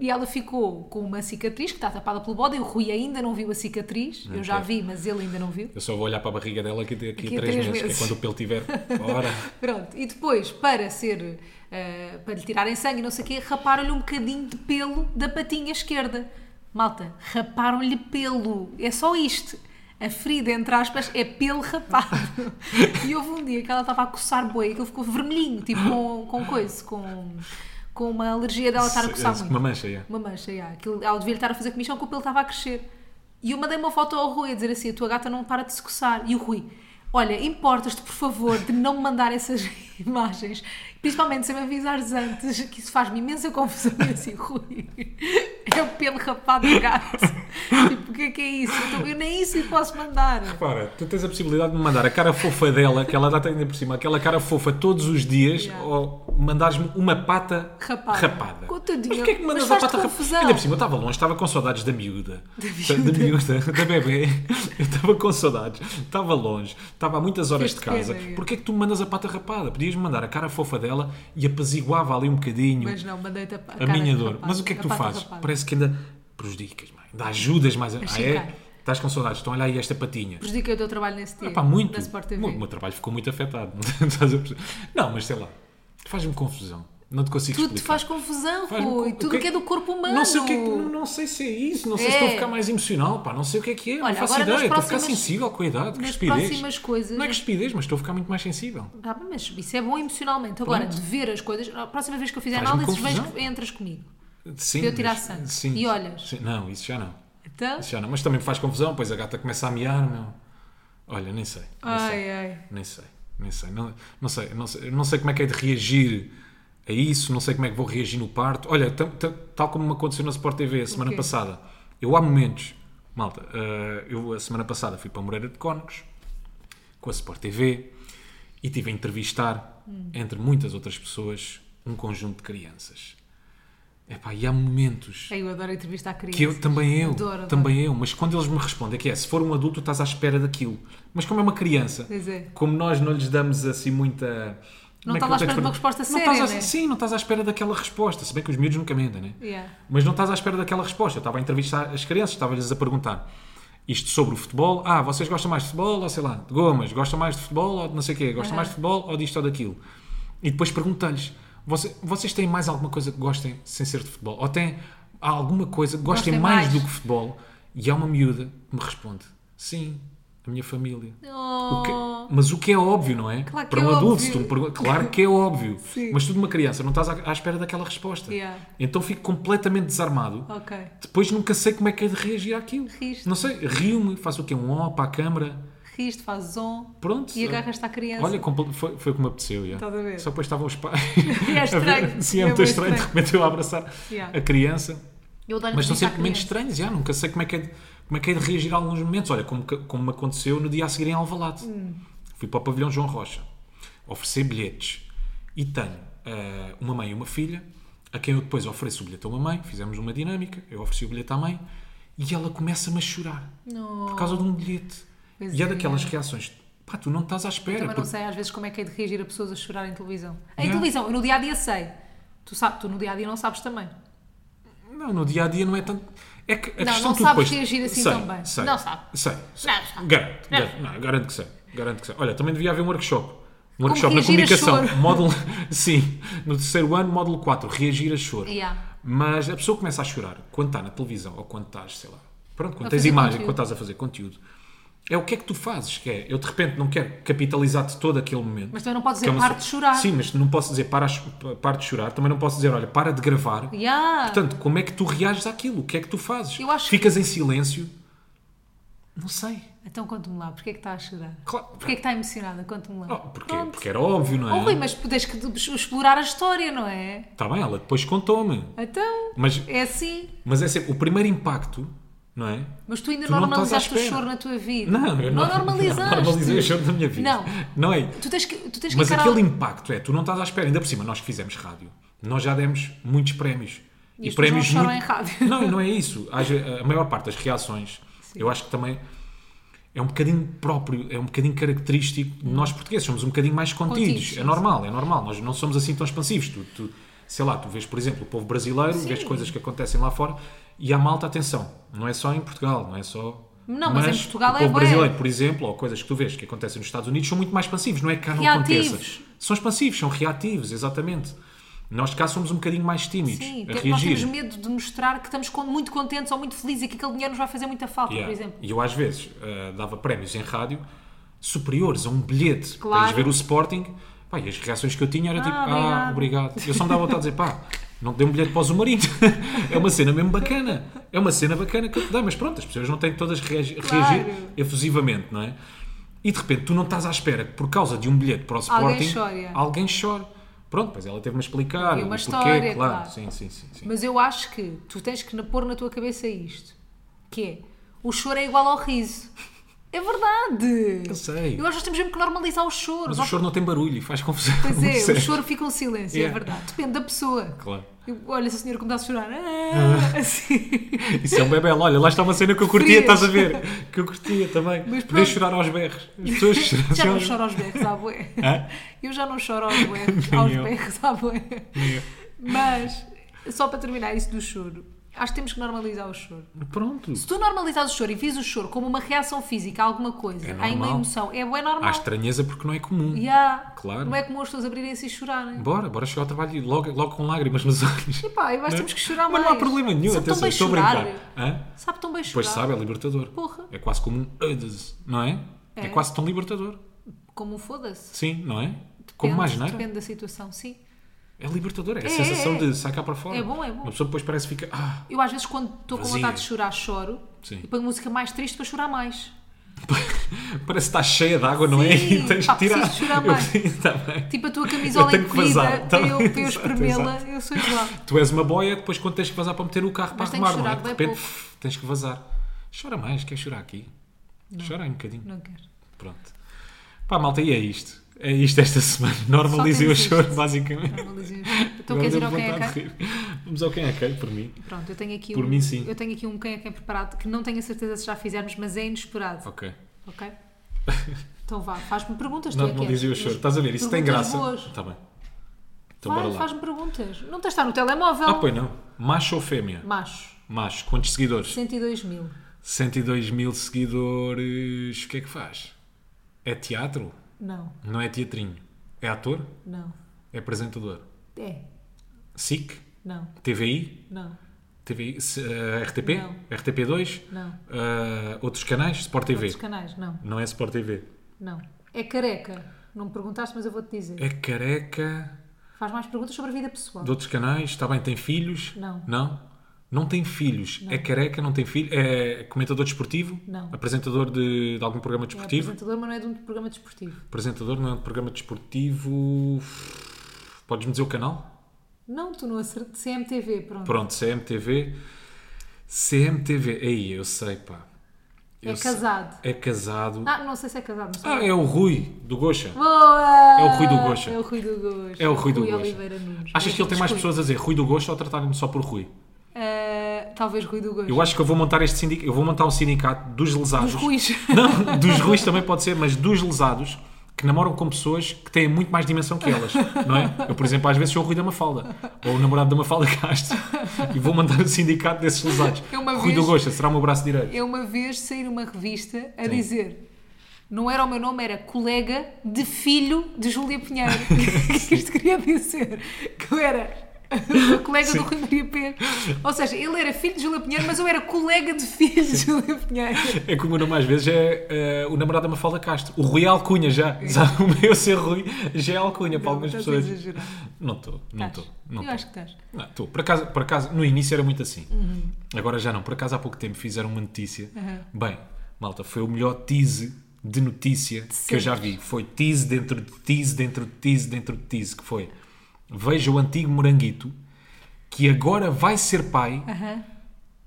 A: e ela ficou com uma cicatriz que está tapada pelo bode. e O Rui ainda não viu a cicatriz. Eu já
B: Ok.
A: vi, mas ele ainda não viu.
B: Eu só vou olhar para a barriga dela aqui, aqui
A: Daqui
B: a
A: a
B: três
A: três
B: meses, que é
A: meses.
B: quando o pelo tiver. Ora,
A: *laughs* Pronto, e depois, para ser, eh, para lhe tirarem sangue e não sei o quê, raparam-lhe um bocadinho de pelo da patinha esquerda. Malta, raparam-lhe pelo. É só isto. A ferida, entre aspas, é pelo rapado. e houve um dia que ela estava a coçar boi, aquilo ficou vermelhinho, tipo com, com coisa, com, com uma alergia dela estar a coçar muito
B: uma mancha, é.
A: uma mancha, já. Aquilo, ela devia estar a fazer comichão que o pelo estava a crescer. E eu mandei uma foto ao Rui a dizer assim: a tua gata não para de se coçar. E o Rui, olha, importas-te, por favor, de não me mandar essas *laughs* imagens, principalmente se me avisares antes, que isso faz-me imensa confusão. E eu assim, Rui, é o pelo rapado do gato. Tipo, o que é que é isso? Então, eu nem isso lhe posso mandar.
B: Repara, tu tens a possibilidade de me mandar a cara fofa dela, que ela dá ainda por cima, aquela cara fofa todos os dias,
A: Yeah.
B: ou mandares-me uma pata
A: Rapada.
B: rapada.
A: Com o teu
B: Mas
A: dinheiro.
B: porquê é que me mandas
A: Mas
B: a
A: faz-te
B: pata
A: confusão.
B: rapada? Ainda por cima, eu estava longe, estava com saudades da miúda. Da miúda, *laughs* da, bebê. Eu estava com saudades, estava longe, estava a muitas horas de
A: Fez-te
B: casa.
A: pena, é.
B: Porquê é que tu me mandas a pata rapada? Podias-me mandar a cara fofa dela e apaziguava ali um bocadinho.
A: Mas não, mandei-te a, pa-
B: a
A: cara
B: minha
A: de
B: dor.
A: rapado,
B: Mas o que é que
A: a
B: tu
A: pata
B: fazes?
A: rapada.
B: Parece que ainda prejudicas, mãe. Ainda ajudas mais a. Ah,
A: chicar.
B: é? Estás com saudades? Então olha aí esta patinha.
A: Prejudiquei o teu trabalho nesse dia.
B: Epá, muito.
A: Na Sport TV.
B: O meu trabalho ficou muito afetado. *laughs* Não, estás a perceber? Não, mas sei lá. Faz-me confusão. Não te consigo
A: Tudo te
B: explicar.
A: faz confusão,
B: Faz-me
A: Rui.
B: co- o
A: Tudo que... é do corpo humano.
B: Não sei, o que é que- não, não sei se é isso. Não sei se estou a
A: É.
B: ficar mais emocional. Pá. Não sei o que é que é.
A: Olha,
B: não faço
A: agora nas
B: ideia. Estou a ficar
A: próximas-
B: sensível com a idade. Que
A: nas
B: estupidez.
A: próximas coisas-
B: Não é que estupidez, mas estou a ficar muito mais sensível.
A: Ah, bem, mas isso é bom emocionalmente. Agora,
B: Pronto.
A: de ver as coisas, a próxima vez que eu fizer
B: Faz-me
A: análises, vens,
B: confusão.
A: entras comigo.
B: Sim,
A: Para eu tirar
B: mas-
A: sangue.
B: Sim.
A: E olhas.
B: Sim. Não, isso já não.
A: Então?
B: Isso já não. Mas também me faz confusão. Pois a gata começa a miar, meu. Olha, nem sei.
A: é
B: Nem sei.
A: Ai, ai.
B: Nem sei, nem sei. Não, não sei, não sei. Não sei como é que é de reagir a isso, não sei como é que vou reagir no parto. Olha, ta- ta- tal como me aconteceu na Sport TV a semana
A: quê?
B: passada, eu há momentos, malta, eh, eu a semana passada fui para Moreira de Cónegos com a Sport TV e tive a entrevistar,
A: Hum.
B: entre muitas outras pessoas, um conjunto de crianças. Epá, e há momentos
A: Ai, Eu adoro entrevistar crianças.
B: que eu também eu,
A: Adoro, adoro.
B: também eu, mas quando eles me respondem que é, se for um adulto tu estás à espera daquilo. Mas como é uma criança,
A: Pois é.
B: como nós não lhes damos assim muita
A: Não
B: como é
A: estás à
B: que eu tenho
A: espera de uma
B: explicar?
A: resposta
B: Não
A: séria,
B: estás à-
A: né?
B: Sim, não estás à espera daquela resposta, se bem que os miúdos nunca mentem, né?
A: Yeah.
B: Mas não estás à espera daquela resposta. Eu estava a entrevistar as crianças, estava-lhes a perguntar. isto sobre o futebol. Ah, vocês gostam mais de futebol ou sei lá, de gomas? Gostam mais de futebol ou de não sei o quê? Gostam
A: Aham.
B: mais de futebol ou disto ou daquilo? E depois pergunta-lhes: "Voce- vocês têm mais alguma coisa que gostem sem ser de futebol? Ou têm alguma coisa que gostem,
A: Gostem
B: mais,
A: mais.
B: do que futebol? E há uma miúda que me responde: sim, a minha família. O que-
A: Oh.
B: mas o que é óbvio, não é?
A: Claro que
B: Para um
A: é
B: adulto,
A: óbvio.
B: se tu me pergun- claro que é óbvio.
A: *laughs* Sim.
B: Mas tu de uma criança não estás à, à espera daquela resposta.
A: Yeah.
B: Então fico completamente desarmado.
A: Oh, Ok.
B: Depois nunca sei como é que é de reagir àquilo.
A: Riste.
B: Não sei, rio-me, faço o quê? Um ó para a câmara.
A: Riste, fazes on.
B: Pronto. Eh,
A: E agarras-te à criança.
B: Olha, compl- foi, foi como apeteceu. Yeah.
A: Estás a ver?
B: Só depois estavam os pais.
A: *laughs* É
B: a ver-
A: *laughs* estranho.
B: *laughs* Sim, é
A: É
B: muito
A: bem
B: estranho. De
A: estranho.
B: repente eu a abraçar
A: Yeah.
B: a criança.
A: Eu adoro
B: Mas
A: entrevistar
B: são sempre
A: crianças.
B: momentos estranhos, já, nunca sei como é, que é de, como é que é de reagir a alguns momentos. Olha, como, que- como me aconteceu no dia a seguir em Alvalade.
A: Hum.
B: Fui para o pavilhão João Rocha, ofereci bilhetes e tenho ah, uma mãe e uma filha, a quem eu depois ofereço o bilhete a uma mãe, fizemos uma dinâmica, eu ofereci o bilhete à mãe e ela começa-me a chorar
A: Não.
B: por causa de um bilhete.
A: Pois
B: e é,
A: é.
B: daquelas reações, pá, tu não estás à espera.
A: Também não
B: porque-
A: sei às vezes como é que é de reagir a pessoas a chorar em televisão. Em
B: Yeah.
A: televisão, eu no dia a dia sei. Tu, sabe, tu no dia a dia não sabes também.
B: Não, no dia a dia não é tanto. É que a
A: Não,
B: questão
A: não
B: que tu
A: sabes
B: depois...
A: reagir assim
B: sei,
A: tão bem.
B: Sei,
A: Não sabe.
B: Sei. sei.
A: Não sabe.
B: Garanto,
A: Não.
B: garanto, não, garanto que sei. Garanto que sei. Olha, também devia haver um workshop. Um workshop na
A: reagir a
B: comunicação.
A: choro.
B: Módulo, *laughs* sim, no terceiro ano, módulo 4, reagir a choro.
A: Yeah.
B: Mas a pessoa começa a chorar quando está na televisão ou quando estás, sei lá. Pronto, quando
A: A
B: tens
A: fazer
B: imagem,
A: conteúdo.
B: quando estás a fazer conteúdo. É o que é que tu fazes, que é, eu de repente não quero capitalizar-te todo aquele momento.
A: Mas também não podes
B: Que é
A: dizer,
B: uma-
A: "Pare de chorar."
B: Sim, mas não posso dizer para, a cho- para de chorar, também não posso dizer, olha, para de gravar.
A: Yeah.
B: Portanto, como é que tu reages àquilo? O que é que tu fazes?
A: Eu acho
B: Ficas em silêncio? Não sei.
A: Então conta-me lá, porquê é que está a chorar?
B: Claro.
A: Porquê é que está emocionada? Conta-me lá.
B: Ah, porque,
A: Pronto.
B: porque era óbvio, não
A: Oh, Rui,
B: é?
A: mas tens que explorar a história, não é?
B: Está bem, ela depois contou-me.
A: Então,
B: Mas,
A: é assim.
B: mas é sempre o primeiro impacto, não é?
A: Mas tu ainda
B: Tu não
A: normalizaste
B: estás à
A: o
B: espera.
A: choro na tua vida.
B: Não, eu não,
A: normalizaste.
B: *laughs* Não normalizei o show da minha vida.
A: Não.
B: Não é?
A: Tu tens que, tu tens que
B: Mas
A: encarar-
B: aquele impacto é, tu não estás à espera, ainda por cima, nós que fizemos rádio, nós já demos muitos prémios.
A: E as pessoas não choram em rádio.
B: Não, não é isso. Às ve- A maior parte das reações, eu acho que também é um bocadinho próprio, é um bocadinho característico. de Nós portugueses somos um bocadinho mais contidos.
A: Contidos, sim,
B: é normal, é normal. Nós não somos assim tão expansivos. Tu, tu- sei lá, tu vês, por exemplo, o povo brasileiro, vês coisas que acontecem lá fora e há malta, atenção, não é só em Portugal, não é só.
A: Não, mas em Portugal
B: o
A: é
B: povo
A: bué.
B: brasileiro, por exemplo, ou coisas que tu vês que acontecem nos Estados Unidos, são muito mais expansivos. Não é que cá não
A: Reativos.
B: aconteça. São expansivos, são reativos, exatamente. Nós cá somos um bocadinho mais tímidos
A: Sim,
B: a
A: te-
B: reagir.
A: nós temos medo de mostrar que estamos com- muito contentes ou muito felizes e que aquele dinheiro nos vai fazer muita falta,
B: Yeah.
A: por exemplo.
B: E eu às vezes eh, dava prémios em rádio superiores a um bilhete.
A: Claro.
B: Tens de ver o Sporting. Pá, e as reações que eu tinha era tipo, ah, obrigado.
A: *laughs*
B: Eu só me dava vontade de dizer, pá, não te dei um bilhete para o Zumarino. *laughs* é uma cena mesmo bacana. É uma cena bacana que eu te dei. Mas pronto, as pessoas não têm todas que reagi- reagir efusivamente, não é? E de repente tu não estás à espera que por causa de um bilhete para o Sporting
A: Alguém chore, yeah.
B: alguém chore. Pronto, pois ela teve-me a explicar
A: E uma
B: o porquê,
A: história,
B: claro.
A: claro.
B: Sim, sim, sim, sim.
A: Mas eu acho que tu tens que pôr na tua cabeça isto: que é o choro é igual ao riso. É verdade!
B: Eu
A: Eu acho
B: sei.
A: que nós temos mesmo que normalizar o choro.
B: Mas o
A: Nós-
B: choro não tem barulho e faz confusão. *laughs*
A: Pois é,
B: Sério.
A: o choro fica um silêncio, é
B: Yeah.
A: verdade. Depende da pessoa.
B: Claro.
A: Eu- olha, se a senhora começar a chorar, ah,
B: *laughs*
A: assim.
B: Isso é um bebel. Olha, lá está uma cena que eu curtia,
A: Frias.
B: estás a ver? Que eu curtia também.
A: Mas
B: Poder
A: pronto.
B: chorar aos berros. As pessoas
A: *laughs* Já não choro aos berros à bué.
B: Hã?
A: Eu já não choro aos berros,
B: *laughs* Nem
A: aos
B: eu.
A: berros à bué.
B: Nem eu.
A: Mas, só para terminar isso do choro, acho que temos que normalizar o choro.
B: Pronto.
A: Se tu normalizares o choro e vis o choro como uma reação física a alguma coisa,
B: É
A: a uma
B: normal.
A: emoção, é bué normal.
B: Há estranheza porque não é comum.
A: Yeah.
B: Claro.
A: Não é como as pessoas abrirem-se e chorarem.
B: Bora, bora chegar ao trabalho e logo, logo com lágrimas nos olhos.
A: Epá, eu acho que
B: Não? é?
A: temos que chorar
B: Mas
A: mais.
B: não há problema nenhum,
A: Sabe tão
B: atenção,
A: bem
B: estou a
A: chorar.
B: brincar. Hã?
A: Sabe tão bem chorar.
B: Pois sabe, é libertador.
A: Porra.
B: É quase como um "Udas", não é? É,
A: É.
B: quase tão libertador.
A: Como um foda-se.
B: Sim, não é? como mais, não é?
A: Depende da situação, sim.
B: É libertador, é a
A: É,
B: sensação
A: é, é.
B: de sacar para fora.
A: É bom, é bom.
B: Uma pessoa depois parece que fica. "Ah",
A: Eu às vezes quando estou com
B: Vazia.
A: vontade de chorar, choro.
B: Sim.
A: E ponho música mais triste para chorar mais.
B: parece que está cheia de água, não é?
A: Sim.
B: *laughs* E tens
A: Pá,
B: que tirar.
A: preciso chorar
B: Eu *laughs*
A: mais.
B: preciso- tá bem.
A: Tipo a tua camisola
B: *laughs* Eu tenho que vazar,
A: encolhida,
B: tá
A: para
B: bem.
A: eu, para eu
B: *laughs* Exato,
A: espremê-la, eu sou igual.
B: Tu és uma boia, depois quando tens que vazar para meter o carro
A: Mas
B: para
A: tem que
B: arrumar, não é?
A: chorar
B: De
A: bem
B: repente
A: pouco.
B: pff, tens que vazar. Chora mais, quer chorar aqui? Chora aí um bocadinho.
A: Não quero.
B: Pronto. Pá, malta, e é isto. É isto esta *laughs* semana. Normalizem o
A: temos
B: choro,
A: isto.
B: basicamente.
A: Normalizei o choro. Então
B: Agora
A: queres ir
B: deu-me
A: ao quem é
B: vontade de
A: quem?
B: rir. Vamos ao quem é quem, por mim.
A: Pronto, eu tenho aqui
B: Por
A: um,
B: mim, sim.
A: Eu tenho aqui um quem é quem preparado que não tenho a certeza se já fizermos, mas é inesperado.
B: Ok. *laughs*
A: Ok? então vá, faz-me perguntas. tu é que és.
B: Normalizem o choro.
A: Mas
B: Estás a ver? Isso tem
A: perguntas
B: graça.
A: boas.
B: Está bem. Então bora
A: Vai,
B: lá.
A: faz-me perguntas. Não tens de estar no telemóvel.
B: Ah, pois não. Macho ou fêmea?
A: Macho,
B: Macho. Quantos seguidores?
A: 102 mil.
B: 102 mil seguidores, o que é que faz? É teatro?
A: Não,
B: Não é teatrinho. É ator?
A: não.
B: É apresentador?
A: É,
B: SIC?
A: não,
B: TVI?
A: não.
B: TVI se- eh, RTP?
A: Não.
B: RTP2?
A: Não.
B: Eh, outros canais? Sport TV?
A: Outros canais, não,
B: Não é Sport TV.
A: não. É careca. Não me perguntaste, mas eu vou-te dizer.
B: É careca
A: Faz mais perguntas sobre a vida pessoal.
B: de outros canais? Está bem, tem filhos?
A: Não.
B: Não? Não tem filhos. É careca, não tem filhos. É comentador desportivo?
A: Não.
B: Apresentador de, de algum programa
A: É
B: desportivo?
A: apresentador, mas não é de um programa desportivo.
B: Apresentador não é de programa desportivo. Podes-me dizer o canal?
A: Não, tu não acertaste. CMTV, pronto.
B: Pronto, CMTV. CMTV. Aí, eu sei, pá.
A: É
B: Eu sei.
A: casado.
B: É casado.
A: Ah, não sei se é casado, não sei.
B: Ah, é o Rui, do Goxa.
A: Boa!
B: É o Rui do Gocha.
A: É o Rui do Gocha.
B: É o Rui do Goxa.
A: Oliveira Nunes.
B: Achas que ele tem mais
A: Desculpa.
B: pessoas a dizer Rui do Goxa ou tratarem-me só por Rui?
A: Eh, talvez Rui do Gocha.
B: Eu acho que eu vou montar este sindicato. Eu vou montar um sindicato dos lesados.
A: Dos ruins.
B: *laughs* Não, dos ruins também pode ser, mas dos lesados que namoram com pessoas que têm muito mais dimensão que elas, não é? Eu, por exemplo, às vezes sou o Rui da Mafalda, ou o namorado da Mafalda Castro, e vou montar o sindicato desses lesados.
A: Eu uma
B: Rui do
A: vez-
B: Gosta, será o meu braço direito.
A: Eu uma vez saí numa revista a dizer. Não era o meu nome, era colega de filho de Júlia Pinheiro. *laughs* O que isto queria dizer? Que eu era *laughs* o colega do Rui Maria Pé. Ou seja, ele era filho de Júlia Pinheiro, mas eu era colega de filho de Júlia Pinheiro.
B: É que o meu nome às vezes é eh, o namorado da Mafalda Castro. O Rui é Alcunha já. *laughs* Já O meu ser Rui já é Alcunha para *laughs* algumas
A: estás a
B: pessoas.
A: exagerar.
B: Não estou, não estou. não
A: Eu
B: estou.
A: acho que Uhum. estás.
B: Não, tu, por acaso, por acaso, no início era muito assim. Agora já não. Por acaso, há pouco tempo fizeram uma notícia.
A: Uhum.
B: Bem, malta, foi o melhor tease de notícia que eu já vi. Foi tease dentro de tease, dentro de tease, dentro de tease. Que foi, veja o antigo Moranguito, que agora vai ser pai
A: Aham.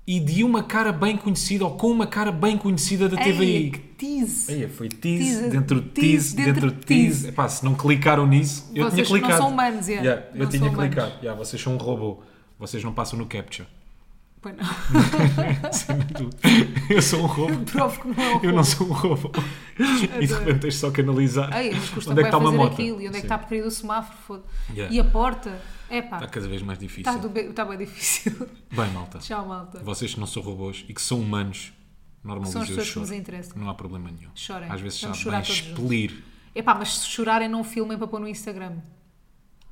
B: e de uma cara bem conhecida ou com uma cara bem conhecida da
A: Ei,
B: TVI.
A: que tease!
B: Eia, é, foi tease,
A: Tease,
B: dentro de tease, dentro de tease. Epá, se não clicaram nisso, eu
A: Vocês
B: tinha
A: não
B: clicado.
A: são humanos, é.
B: Yeah, eu
A: Não
B: tinha
A: são humanos.
B: clicado. Yeah, vocês são um robô. Vocês não passam no captcha. *laughs*
A: Pois não. *laughs*
B: Sendo tu. eu sou um robô.
A: Provo que não é um
B: Eu não sou um robô. e de
A: Adoro.
B: repente tens só que analisar
A: Ei, mas custa
B: onde é que
A: bué
B: está uma
A: fazer
B: moto.
A: aquilo e onde é que
B: Sim.
A: está a porcaria do semáforo, foda
B: Yeah.
A: E a porta, é pá,
B: Está Tá cada vez mais difícil.
A: está bem difícil.
B: Bem, malta.
A: Tchau, malta.
B: Vocês que não são robôs e que são humanos, normalizem
A: São as
B: o
A: pessoas que
B: choro.
A: nos interessam.
B: Não há problema nenhum.
A: Chorem.
B: Às vezes
A: Vamos
B: sabe
A: chorar
B: bem
A: todos juntos.
B: expelir.
A: É pá, mas se chorarem não filmem para pôr no Instagram.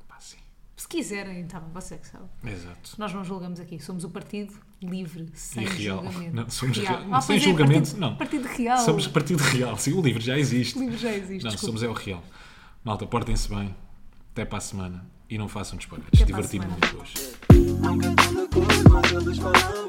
B: Pá, sim.
A: Se quiserem, então, você que sabe.
B: Exato.
A: Nós não julgamos aqui, somos o partido livre, sem
B: E real.
A: julgamento.
B: Não, somos real.
A: Ah,
B: Sem
A: pois é,
B: julgamento,
A: partido,
B: não.
A: Partido real.
B: Somos partido real. Sim, o livro já existe.
A: O livro já existe,
B: Não,
A: desculpa.
B: somos é o real. Malta, portem-se bem. Até para a semana. E não façam disparates.
A: Até para a
B: Diverti-me
A: semana.
B: muito hoje.
C: Nunca tanta coisa, mas eles falam